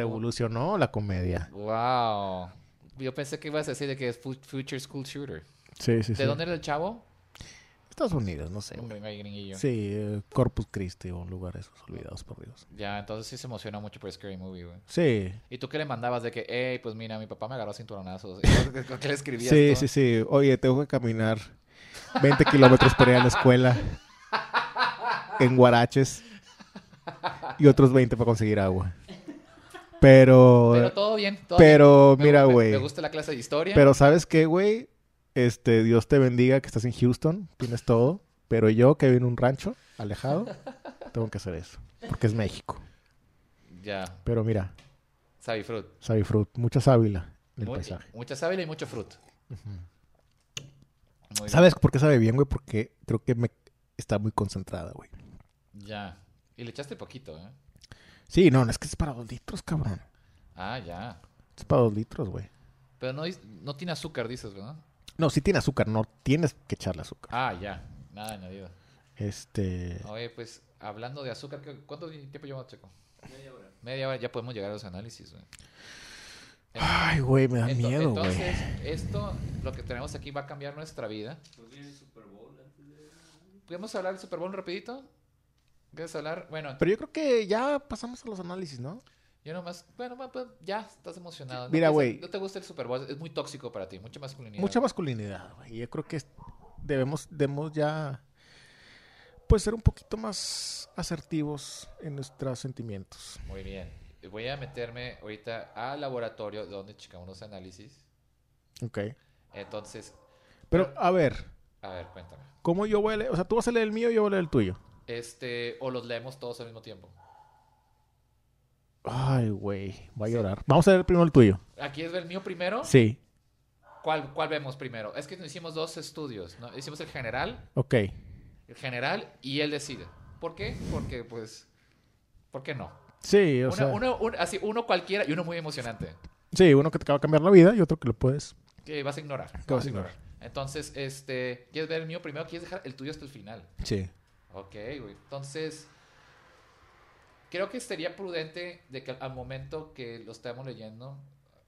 revolucionó la comedia. Wow. Yo pensé que ibas a decir de que es fu- Future School Shooter. Sí, sí, ¿De dónde era el chavo? Estados Unidos, no sé. Un güey. gringo ahí, gringuillo. Sí, eh, Corpus Christi o lugares olvidados por Dios. Ya, entonces sí se emociona mucho por Scary Movie, güey. Sí, ¿Y tú qué le mandabas de que, hey, pues mira, mi papá me agarró a cinturonazos? ¿Qué- ¿Qué le escribías? sí, tú? sí, sí. Oye, tengo que caminar 20 kilómetros para ir a la escuela en Guaraches y otros 20 para conseguir agua. Pero, Pero pero, todo bien, todo bien. Me- mira, me- güey. Me gusta la clase de historia. Pero ¿sabes qué, güey? Este, Dios te bendiga que estás en Houston, tienes todo. Pero yo, que vivo en un rancho alejado, tengo que hacer eso. Porque es México. Ya, Pero mira, Sabi Fruit. Savifruit, mucha sábila en el Mu- paisaje. Mucha sábila y mucho fruit. Muy bien. ¿Sabes por qué sabe bien, güey? Porque creo que me está muy concentrada, güey. Ya. Y le echaste poquito, ¿eh? Sí, no, no, es que es para dos litros, cabrón. Ah, ya. Es para dos litros, güey. Pero no, dis- no tiene azúcar, dices, ¿verdad? No, sí tiene azúcar, no tienes que echarle azúcar. Ah, ya. Nada añadido. Este. Oye, pues hablando de azúcar, ¿qué- ¿cuánto tiempo llevamos, Checo? Media hora. Media hora, ya podemos llegar a los análisis, güey. Ay, güey, me da Ento- miedo, güey. Entonces, esto, lo que tenemos aquí va a cambiar nuestra vida. ¿Podemos hablar del Super Bowl rapidito? ¿Quieres hablar? Bueno, Pero yo creo que ya pasamos a los análisis, ¿no? yo nomás, bueno, ma, pues, ya estás emocionado. ¿no? Mira, Pues, güey. No te gusta el Super Bowl, es muy tóxico para ti, mucha masculinidad. Mucha masculinidad, güey. Yo creo que es- debemos, debemos ya. Pues ser un poquito más asertivos en nuestros sentimientos. Muy bien. Voy a meterme ahorita al laboratorio donde checamos los análisis. Ok. Entonces, Pero, a ver, a ver, cuéntame. ¿cómo yo voy a leer? O sea, tú vas a leer el mío y yo voy a leer el tuyo. Este, o los leemos todos al mismo tiempo. Ay, güey. Va a Sí. llorar. Vamos a leer primero el tuyo. Aquí es el mío primero. Sí. ¿Cuál, ¿Cuál vemos primero? Es que hicimos dos estudios, ¿no? Hicimos el general, Ok. el general y él decide. ¿Por qué? Porque, pues, ¿por qué no? Sí, o Una- sea. uno, un- así, uno cualquiera y uno muy emocionante, Sí, uno que te acaba de cambiar la vida y otro que lo puedes. que vas a ignorar. Que vas a ignorar. Entonces, este, ¿quieres ver el mío primero? ¿Quieres dejar el tuyo hasta el final? Sí. Ok, güey. Entonces, creo que sería prudente de que al momento que lo estemos leyendo,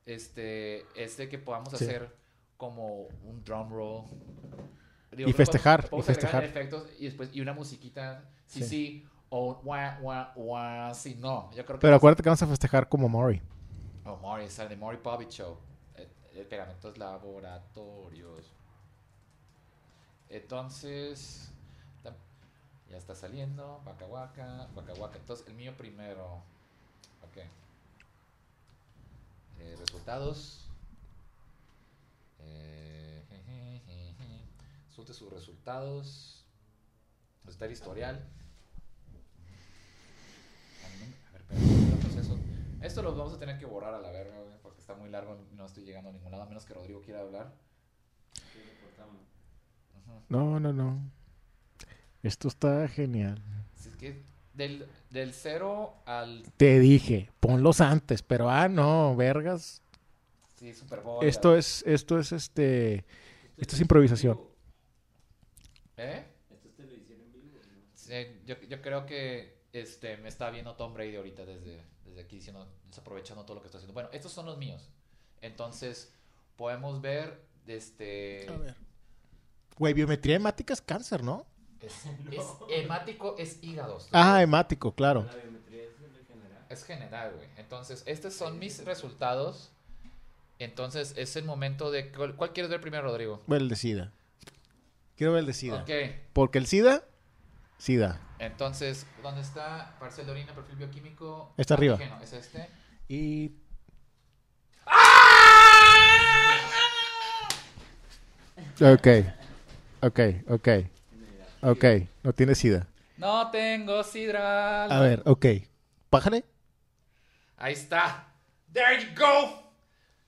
este, es de que podamos Sí. hacer como un drum roll. Y festejar, podemos y agregar festejar. efectos y después, y una musiquita, si sí, Sí. o un wah, wah, wah, si no. Yo creo que... Pero acuérdate que vamos a festejar como Maury. Oh, Maury, sale de Maury Povich Show. Eh, eh, pegamentos laboratorios. Entonces. ta- Ya está saliendo. Waka waka, waka waka. Entonces, el mío primero. Ok. Eh, resultados. Eh, jeje, jeje. Sulte sus resultados. Está el historial. A ver, espera, espera, proceso. Esto lo vamos a tener que borrar a la verga, güey, porque está muy largo, no estoy llegando a ningún lado, a menos que Rodrigo quiera hablar. No, no, no. Esto está genial. Si es que del, del 0 al Te dije, ponlos antes, pero ah, no, vergas. sí, Super Bowl. Esto es, esto es este. Esto es improvisación. ¿Eh? Sí, yo, yo creo que este, me está viendo Tom Brady ahorita desde, desde aquí, diciendo, desaprovechando todo lo que está haciendo. Bueno, estos son los míos. Entonces, podemos ver este... Güey, biometría hemática es cáncer, ¿no? Es, es hemático, es hígados. Ah, hemático, claro. Es general, güey. Entonces, estos son mis resultados. Entonces, es el momento de... ¿Cuál, cuál quieres ver primero, Rodrigo? Bueno, El de SIDA. Quiero ver el de SIDA. Ok. Porque el SIDA, SIDA. Entonces, ¿dónde está? Parcel de orina, perfil bioquímico. Está arriba. Antígeno, Es este. Y. Ok, ok, ok. Ok, no tiene sida. No tengo sidral. A ver, ok. Pájale. Ahí está. There you go.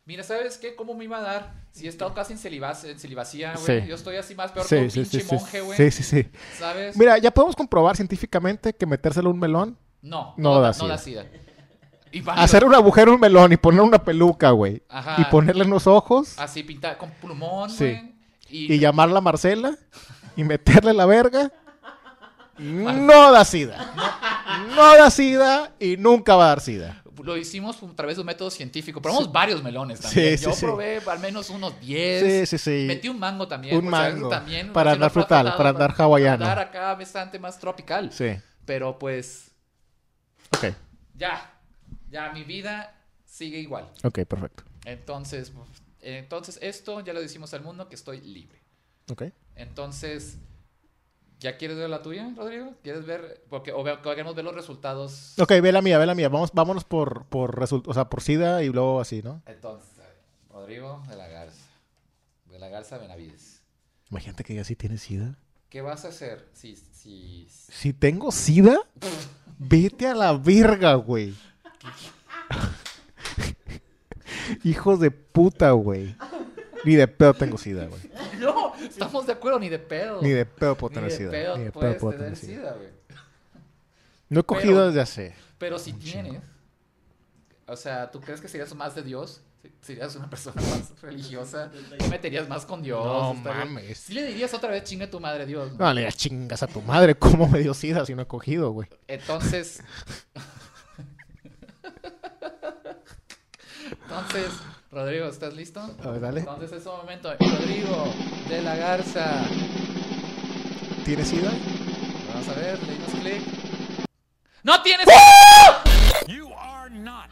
Mira, ¿sabes qué? ¿Cómo me iba a dar? Si he estado casi en, celibas- en celibacía, güey. Sí. Yo estoy así más peor que un pinche monje, güey. sí, sí, sí. ¿Sabes? Mira, ya podemos comprobar científicamente que metérselo a un melón, No. No da No sida. da sida. Y válido. hacer un agujero a un melón y poner una peluca, güey. Ajá. Ah, Y ponerle en los ojos Así pintar con plumón, Sí. güey. y llamarla Marcela y meterle la verga. No da sida. No da sida y nunca va a dar sida. lo hicimos a través de un método científico. Probamos varios melones también. Sí, Yo sí, sí. probé al menos unos 10. Sí, sí, sí. Metí un mango también. Un por si acaso mango, también, para si no andar está frutal, frutado, para andar hawaiano. Para andar acá bastante más tropical. Sí. Pero pues Ok. ya, ya mi vida sigue igual. Ok, perfecto. Entonces, uf, entonces esto ya lo decimos al mundo que estoy libre. Ok. Entonces, ¿ya quieres ver la tuya, Rodrigo? ¿Quieres ver? Porque o ve- queremos ver los resultados. Ok, ve la mía, ve la mía. Vamos, vámonos por, por result- o sea, por SIDA y luego así, ¿no? Entonces, Rodrigo de la Garza. De la Garza Benavides. Imagínate que ya sí tienes SIDA. ¿Qué vas a hacer si, si, Si tengo SIDA, vete a la verga, güey. Hijos de puta, güey. Ni de pedo tengo SIDA, güey. No, estamos de acuerdo, ni de pedo. Ni de pedo puedo Ni tener de SIDA. pedo Ni de pedo puedes puedo tener tener SIDA. sida, güey. No he cogido Pero- desde hace. Pero si tienes, o sea, ¿tú crees que serías más de Dios? ¿Serías una persona más religiosa? ¿Te meterías más con Dios? No Estaría- mames. Sí le dirías otra vez, chinga tu madre, Dios. ¿no? No, le das chingas a tu madre. ¿Cómo me dio SIDA si no he cogido, güey? Entonces. Entonces, Rodrigo, ¿estás listo? A ver, dale. Entonces es un momento. Rodrigo de la Garza. ¿Tienes SIDA? Vamos a ver, le dimos clic. ¡No tienes! ¡Oh! You are not.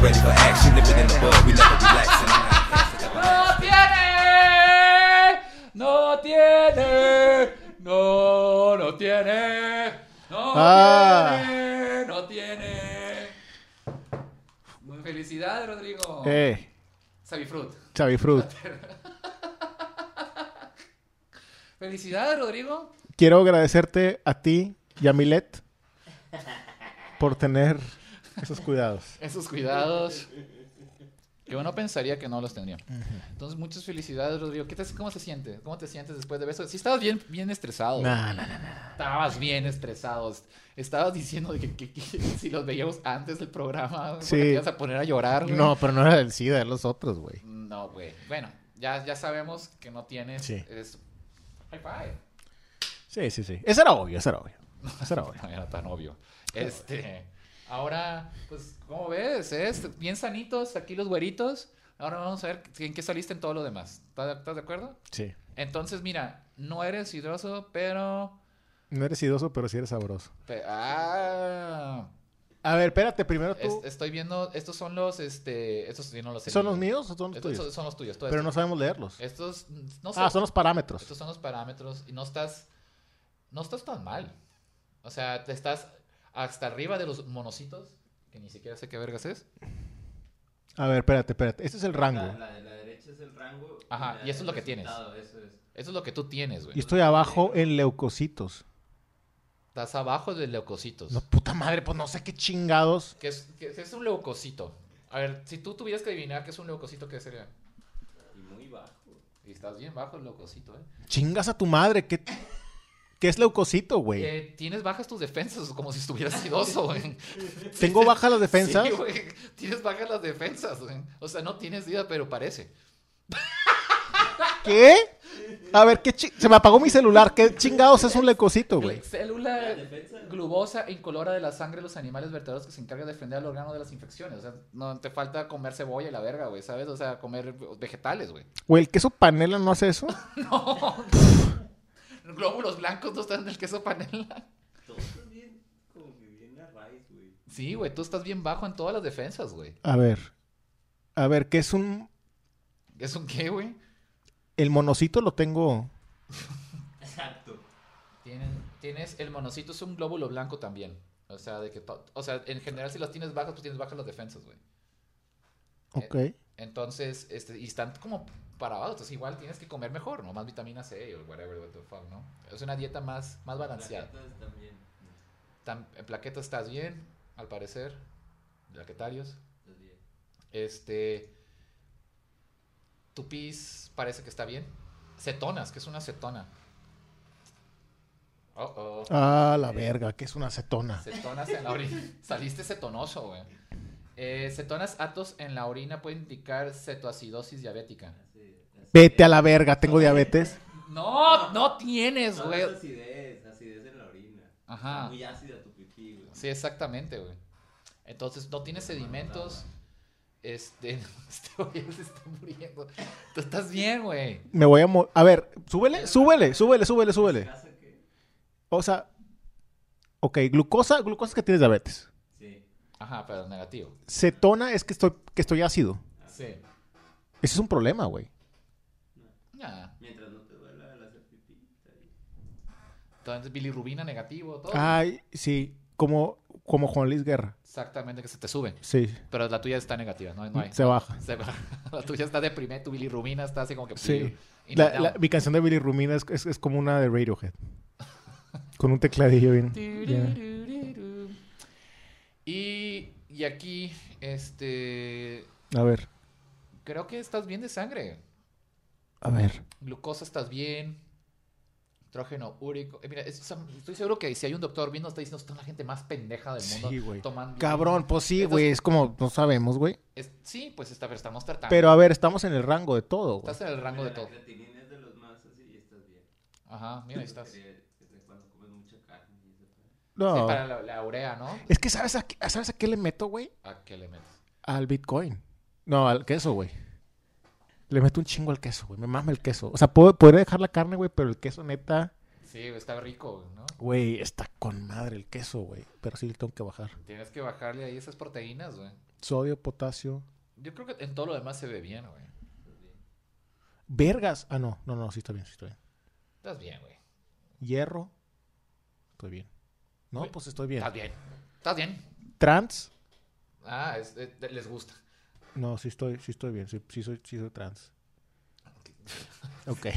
Ready for action, living in the bud, we love it, relaxing. ¡No tiene! ¡No tiene! ¡No, no tiene! ¡No Ah. tiene! ¡No tiene! Muy felicidad, Rodrigo. Eh, Sabifruit. Xavi Fruit. Felicidades, Rodrigo. Quiero agradecerte a ti, Yamilet, por tener esos cuidados. Esos cuidados. Que uno pensaría que no los tendría. Entonces, muchas felicidades, Rodrigo. ¿Qué te- ¿Cómo te sientes? ¿Cómo te sientes después de eso? Sí, estabas bien, bien estresado. No, no, no. Estabas bien estresado. Estabas diciendo de que, que- que si los veíamos antes del programa, güey, Sí. te ibas a poner a llorar. güey. No, pero no era del SIDA, eran los otros, güey. No, güey. Bueno, ya, ya sabemos que no tienes. Sí. Es... High five. Sí, sí, sí. Eso era obvio, eso era obvio. Eso era obvio. No era tan obvio. Este, ahora, pues, ¿cómo ves? Es bien sanitos aquí los güeritos. Ahora vamos a ver en qué saliste en todo lo demás. ¿Estás estás de acuerdo? Sí. Entonces, mira, no eres hidroso, pero... No eres idoso, pero sí eres sabroso. pe- ah, A ver, espérate, primero Es- tú. estoy viendo, estos son los, este, estos sí no los sé ¿Son los leer. míos o son los Estos tuyos? son los tuyos. todo Pero esto. no sabemos leerlos. Estos, este. Eh, no sé. Ah, son los parámetros. Estos son los parámetros y no estás, no estás tan mal. O sea, te estás hasta arriba de los monocitos, que ni siquiera sé qué vergas es. A ver, espérate, espérate. Este es el La, rango. la de la derecha es el rango. Ajá, la y eso es lo que del tienes. resultado, eso es. Eso es lo que tú tienes, güey. Y estoy abajo en leucocitos. Estás abajo de leucocitos. No, puta madre, pues no sé qué chingados. ¿Qué es, qué es un leucocito? A ver, si tú tuvieras que adivinar qué es un leucocito, ¿qué sería? Y muy bajo. Y estás bien bajo el leucocito, ¿eh? Chingas a tu madre. ¿Qué, qué es leucocito, güey? Eh, Tienes bajas tus defensas, como si estuvieras idoso, güey. ¿Tengo bajas las defensas? Sí, güey. Tienes bajas las defensas, güey. O sea, no tienes vida, pero parece. ¿Qué? A ver, ¿qué chi- se me apagó mi celular. ¿Qué chingados es un leucocito, güey? Célula La defensa. glubosa e incolora de la sangre de los animales vertebrados que se encarga de defender al órgano de las infecciones. O sea, no te falta comer cebolla y la verga, güey, ¿sabes? O sea, comer vegetales, güey. Güey, ¿el queso panela no hace eso? No. Glóbulos blancos no están en el queso panela. Todo está bien, como que bien a raíz, güey. Sí, güey, tú estás bien bajo en todas las defensas, güey. A ver. A ver, ¿qué es un... ¿Es un qué, güey? El monocito lo tengo... Exacto. Tienes, tienes el monocito es un glóbulo blanco también. O sea, de que to- o sea, en general si las tienes bajas, pues tienes bajas las defensas, güey. Ok. Entonces, este, y están como parados, entonces igual tienes que comer mejor, ¿no? Más vitamina C o whatever, what the fuck, ¿no? Es una dieta más, más balanceada. Plaquetas también. Tam- en plaquetas estás bien, al parecer. Plaquetarios. Está pues, bien. Este. Tu pis parece que está bien. Cetonas, que es una cetona. Oh, oh. Ah, la verga, ¿qué es una acetona? Cetonas en la orina. Saliste cetonoso, güey. Eh, cetonas atos en la orina pueden indicar cetoacidosis diabética. Hace- hace- Vete a la verga, tengo diabetes. No, no tienes, No, güey. es acidez, acidez en la orina. Ajá. Está Muy ácida tu pipí, güey. Sí, exactamente, güey. Entonces, no tienes sedimentos. Este, este güey se está muriendo. Tú estás bien, güey. Me voy a... mo- A ver, súbele, súbele, súbele, súbele, súbele. ¿Casa qué? O sea... Ok, glucosa, glucosa es que tienes diabetes. Sí. Ajá, pero negativo. Cetona es que estoy, que estoy ácido. Ah. Sí. Ese es un problema, güey. Ya. Mientras no te duela el hacer pipí. está bien. Entonces, bilirrubina negativo, todo. Ay, sí, como, como Juan Luis Guerra. Exactamente, que se te sube. Sí, Pero la tuya está negativa, no, no hay. se baja. Se va. La tuya está deprimida, tu bilirrubina está así como que. Sí. Y La- no, la- mi canción de Billy Rumina es, es- es como una de Radiohead. Con un tecladillo bien. bien. Tururururu. Y, y aquí, este. A ver, Creo que estás bien de sangre. a ver. Glucosa estás bien. Nitrógeno úrico. Eh, mira, es- o sea, estoy seguro que si hay un doctor bien, nos está diciendo, está la gente más pendeja del mundo. Sí, güey. tomando- Cabrón, pues sí, güey. Es como, no sabemos, güey. Es- sí, pues está, pero estamos tratando. Pero a ver, estamos en el rango de todo, güey. Estás en el rango de Mira, todo. La creatinina es de los más así y estás bien. Ajá, mira, ahí estás. Sí, Sería- es Cuando comes mucha carne y eso. No. para la, la urea, ¿no? Es que, ¿sabes a, qué, ¿sabes a qué le meto, güey? ¿A qué le metes? Al Bitcoin. No, al queso, güey. Le meto un chingo al queso, güey. Me mama el queso. O sea, puedo, podría dejar la carne, güey, pero el queso, neta, Sí, está rico, ¿no? güey, está con madre el queso, güey. Pero sí le tengo que bajar. Tienes que bajarle ahí esas proteínas, güey. Sodio, potasio. Yo creo que en todo lo demás se ve bien, güey. Vergas. Ah, no, no, no, sí está bien, sí está bien. Estás bien, güey. Hierro. Estoy bien. No, Güey, pues estoy bien. Estás bien. Estás bien. Trans. Ah, es- eh, les gusta. No, sí estoy, sí estoy bien. Sí, sí soy, sí soy trans. Ok.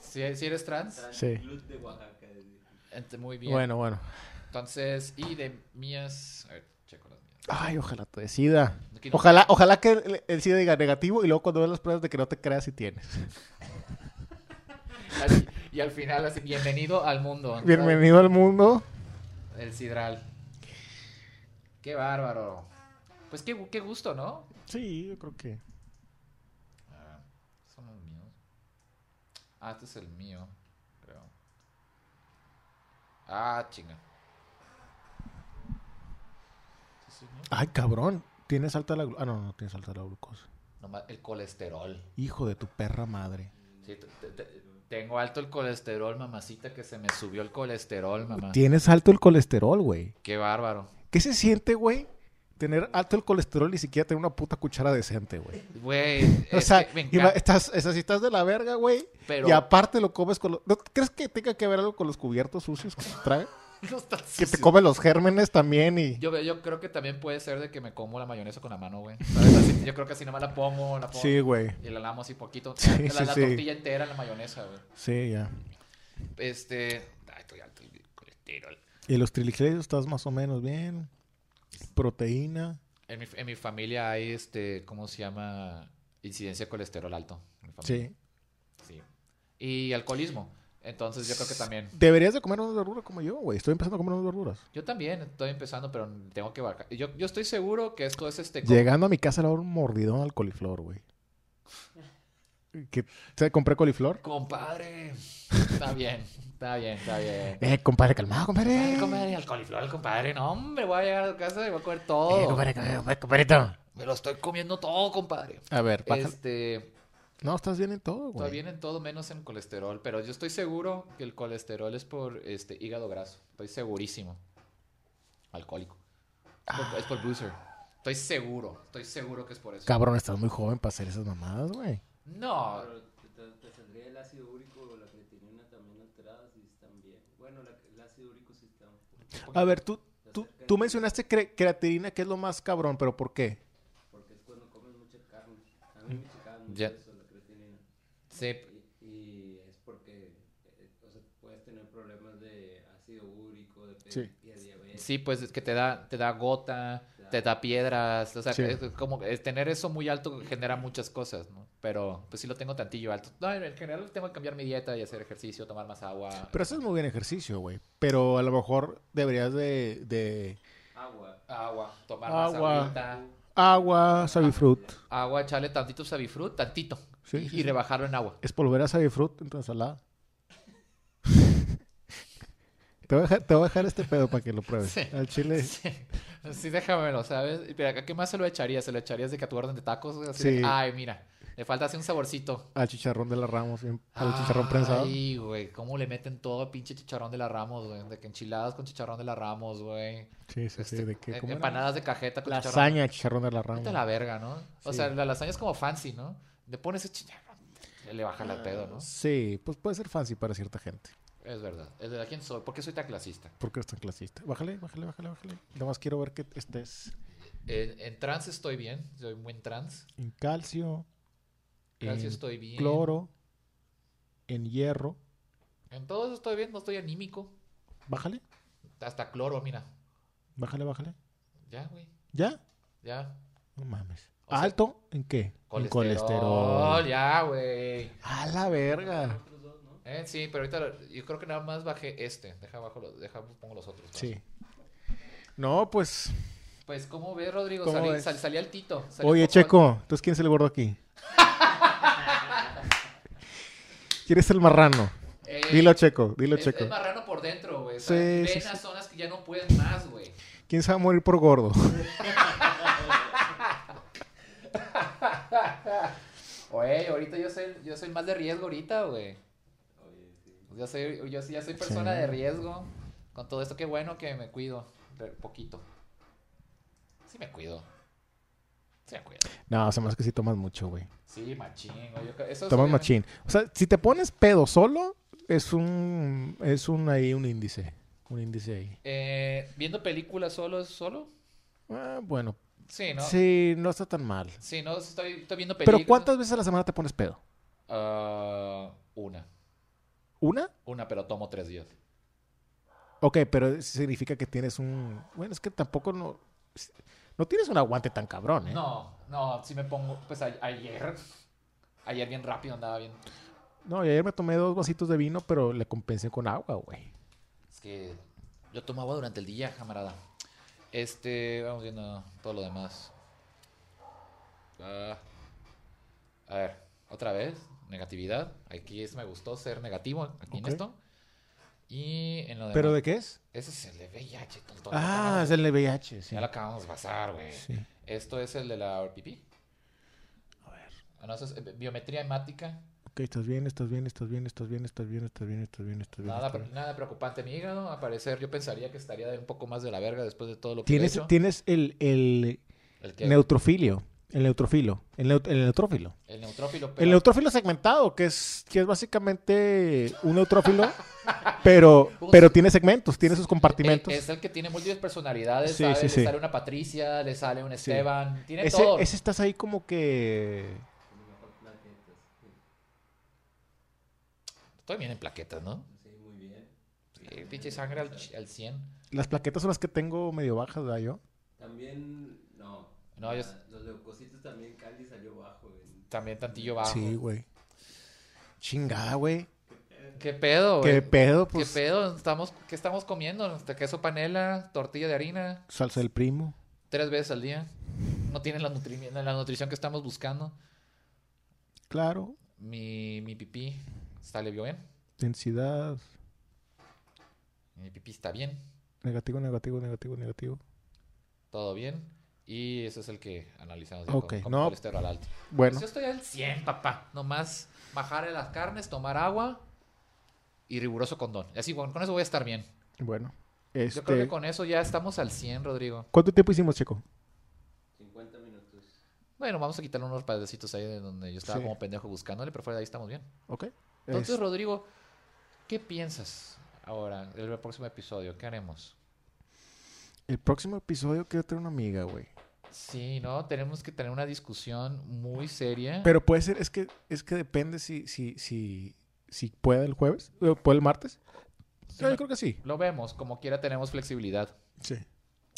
Si, si eres trans, Sí. Luz de Oaxaca. desde- ent- muy bien. Bueno, bueno. Entonces, y de mías. A ver, checo las mías. Ay, ojalá te decida. Aquí no- Ojalá, ojalá que el- el SIDA diga negativo y luego cuando veas las pruebas de que no te creas si tienes. Así- y al final, así, bienvenido al mundo. Bienvenido al mundo. El sidral. Qué bárbaro. Pues qué, gu- qué gusto, ¿no? Sí, yo creo que. Ah, son los míos. Ah, este es el mío, creo. Ah, chinga. ¿Sí es el mío? Ay, cabrón. Tienes alta la glu- Ah, no, no tienes alta la glucosa. Nomás el colesterol. Hijo de tu perra madre. Sí, te- te- te- tengo alto el colesterol, mamacita, que se me subió el colesterol, mamá. Tienes alto el colesterol, güey. Qué bárbaro. ¿Qué se siente, güey? Tener alto el colesterol y siquiera tener una puta cuchara decente, güey. Güey, O es sea, que me ima- encanta, estás, estás, estás de la verga, güey. pero Y aparte lo comes con los... ¿no ¿Crees que tenga que ver algo con los cubiertos sucios que te traen? no está Que te sucio. comen los gérmenes también y... Yo, yo creo que también puede ser de que me como la mayonesa con la mano, güey. ¿Sabes? Así, yo creo que así nomás la pongo, la pongo. Sí, güey. Y la lamo así poquito. Sí, la sí, la sí. tortilla entera, la mayonesa, güey. Sí, ya. Este. Ay, estoy alto el colesterol. Y los triglicéridos estás más o menos bien. Proteína. En mi, en mi familia hay este. ¿Cómo se llama? Incidencia de colesterol alto. en mi familia. Sí. Sí. Y alcoholismo. Entonces yo creo que también. Deberías de comer unas verduras como yo, güey. Estoy empezando a comer unas verduras. Yo también estoy empezando, pero tengo que bajar. Yo, yo estoy seguro que esto es este. co- Llegando a mi casa le voy a dar un mordidón al coliflor, güey. Que, ¿sabes? Compré coliflor. Compadre. Está bien, está bien, está bien. Eh, compadre, calmado, compadre. Ay, compadre, al coliflor, al compadre. No, hombre, voy a llegar a casa y voy a comer Eh, todo. compadre, compadre, compadrito. Me lo estoy comiendo todo, compadre. A ver, baja. Este, No, estás bien en todo, todavía güey. viene en todo menos en colesterol, pero yo estoy seguro que el colesterol es por este hígado graso. Estoy segurísimo. Alcohólico. Es por- Es Ah. por boozer. Estoy seguro, estoy seguro que es por eso. Cabrón, estás muy joven para hacer esas mamadas, güey. No, Pero te, te- te saldría el ácido úrico o la creatinina también alteradas y están bien. Bueno, la- el ácido úrico sí está un poco. A ver, tú, tú, tú mencionaste cre- creatinina, que es lo más cabrón, pero ¿por qué? Porque es cuando comes mucha carne. A mí me checaba mucho Ya. eso, la creatinina. sí, Y, y es porque eh, o sea, puedes tener problemas de ácido úrico, de Sí. pe- de diabetes. sí, pues es que te da, te da gota, te da piedras, o sea, Sí. es como es tener eso muy alto genera muchas cosas, ¿no? Pero pues sí lo tengo tantillo alto. No, en general tengo que cambiar mi dieta y hacer ejercicio, tomar más agua. Pero eso es muy bien ejercicio, güey. Pero a lo mejor deberías de, de Agua. Agua, tomar Agua. más agüita. Agua, Savifruit. Agua, echarle tantito sabifrut, tantito. Sí, y, sí, y sí. rebajarlo en agua. Espolvorea Savifruit en tu ensalada. te, voy a dejar, te voy a dejar este pedo para que lo pruebes. Sí. Al chile. Sí, sí, déjamelo, ¿sabes? Y Pero ¿a qué más se lo echarías? ¿Se lo echarías de que a tu orden de tacos? Así de Sí. que, ay, mira, le falta así un saborcito. Al chicharrón de la Ramos. bien- Al chicharrón prensado. Ay, güey, cómo le meten todo pinche chicharrón de la Ramos, güey. De que enchiladas con chicharrón de la Ramos, güey. Sí, sí, sí. Este, ¿De qué? eh, ¿Cómo era? empanadas de cajeta con chicharrón. Lasaña, chicharrón de la Vete a Ramos. la verga, ¿no? O Sí. sea, la lasaña es como fancy, ¿no? Le pones el chicharrón, le bajan el pedo, ¿no? Sí, pues puede ser fancy para cierta gente. Es verdad. Es verdad. ¿Quién soy? ¿Por qué soy tan clasista? Porque eres tan clasista. Bájale, bájale, bájale, bájale. Nada más quiero ver que estés En, en trans estoy bien. Soy un buen trans. en calcio, Calcio en estoy bien. cloro, en hierro. En todo eso estoy bien. No estoy anímico. Bájale, Hasta cloro, mira. bájale, bájale. Ya, güey. ¿Ya? Ya. No mames. O sea, ¿Alto? ¿En qué? En Colesterol. Ya, güey. A la verga. Otros dos, ¿no? Eh, sí, pero ahorita lo- yo creo que nada más bajé este. Deja abajo, los- deja, pongo los otros. ¿no? Sí. No, pues. Pues, ¿cómo ves, Rodrigo? ¿Cómo Salí, ves? sal- salí al Tito. Salí Oye, un poco al- Checo, entonces ¿quién es el gordo aquí? ¿Quién es el marrano? Eh, Dilo, Checo, dilo, es, Checo. es marrano por dentro, güey. Sí, Sí, sí, venas zonas que ya no pueden más, güey. ¿Quién se va a morir por gordo? Oye, ahorita yo soy, yo soy más de riesgo ahorita, güey. Oye, sí. Yo soy, yo sí- ya soy persona Sí. de riesgo. Con todo esto, qué bueno que me cuido. re- Poquito. Sí me cuido. Sí me cuido. No, se me hace que sí tomas mucho, güey. Sí, machín. güey, yo creo- eso es- Tomas machín. O sea, si te pones pedo solo, es un. Es un ahí, un índice. Un índice ahí. Eh, Viendo películas solo, solo. Ah, bueno. Sí, ¿no? Sí. Sí, no está tan mal. no, sí estoy, estoy viendo películas. Pero ¿cuántas veces a la semana te pones pedo? Ah, una. ¿Una? Una, pero tomo tres días. Ok, pero eso significa que tienes un. Bueno, es que tampoco no. No tienes un aguante tan cabrón, ¿eh? No, no, si me pongo, pues a- ayer, ayer bien rápido andaba bien. No, y ayer me tomé dos vasitos de vino, pero le compensé con agua, güey. Es que yo tomo agua durante el día, camarada. Este, vamos viendo todo lo demás. Ah, a ver, otra vez, negatividad. Aquí es, me gustó ser negativo aquí en Ok. esto. Y en lo demás. ¿Pero de qué es? Ese es el de VIH, tonto. Ah, es el VIH, sí. Ya lo acabamos de pasar, güey. Sí. Esto es el de la pipí. A ver. Ah, No, eso es eh, biometría hemática. Ok, estás bien, estás bien, estás bien, estás bien, estás bien, estás bien, estás bien, estás bien. Nada, estás bien. nada preocupante. Mi hígado, a parecer, yo pensaría que estaría de un poco más de la verga después de todo lo que he Tienes, hecho. tienes el, el El, que- neutrofilio. El neutrofilo. El, neut- el neutrófilo. el neutrófilo. El pero- neutrófilo segmentado, que es, que es básicamente un neutrófilo, pero, Un- pero tiene segmentos, tiene sus compartimentos. eh, Es el que tiene múltiples personalidades. Sí, ¿sabe? sí, le sí. sale una Patricia, le sale un Sí. Esteban. Tiene ese, todo. ese estás ahí como que... Tiene mejor plaquetas. Sí, Estoy bien en plaquetas, ¿no? Sí, muy bien. Sí, pinche sangre al, ch- al 100. Las plaquetas son las que tengo medio bajas, ¿verdad? Yo. También, no. No, yo- Ah, Los leucocitos también, Candy salió bajo. En... También tantillo bajo. Sí, güey. Chingada, güey. ¿Qué pedo, Qué güey? pedo, ¿Qué pues. pedo? Estamos, ¿Qué estamos comiendo? Este, Queso panela, tortilla de harina, Salsa del primo. tres veces al día. No tienen la, nutri- la nutrición que estamos buscando. Claro. Mi, mi pipí sale bien. Densidad. Mi pipí está bien. Negativo, negativo, negativo, negativo. Todo bien. Y eso es el que analizamos. Ok, con- con no. colesterol alto. Bueno, Pues yo estoy al 100, papá. Nomás bajarle las carnes, tomar agua y riguroso condón. Y Así, bueno, con eso voy a estar bien. bueno. Yo creo Este... que con eso ya estamos al 100, Rodrigo. ¿Cuánto tiempo hicimos, Checo? 50 minutos. Bueno, vamos a quitarle unos pedecitos ahí de donde yo estaba Sí. como pendejo buscándole, pero fuera de ahí estamos bien. Ok. Entonces, Es- Rodrigo, ¿qué piensas ahora del próximo episodio? ¿Qué haremos? El próximo episodio quiero tener una amiga, güey. Sí, ¿no? Tenemos que tener una discusión muy seria. Pero puede ser, es que, es que depende si, si, si, si puede el jueves, o puede el martes. No, yo creo que sí. Lo vemos, como quiera tenemos flexibilidad. Sí.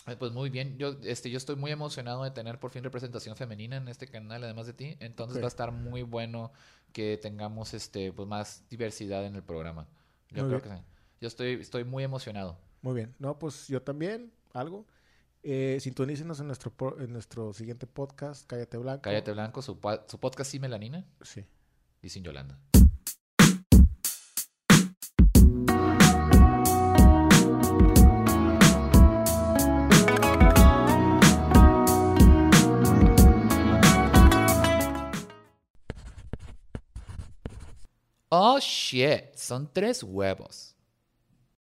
Ay, Pues muy bien, yo, este, yo estoy muy emocionado de tener por fin representación femenina en este canal, además de ti. Entonces Ok. va a estar muy bueno que tengamos este, pues, más diversidad en el programa. Yo Muy creo que sí. Yo estoy, estoy muy emocionado. Muy bien. No, pues yo también, algo. Eh, sintonícenos en nuestro, po- en nuestro siguiente podcast, Cállate Blanco. Cállate Blanco, su, pa- su podcast sin melanina Sí. y sin Yolanda. Oh shit, son tres huevos.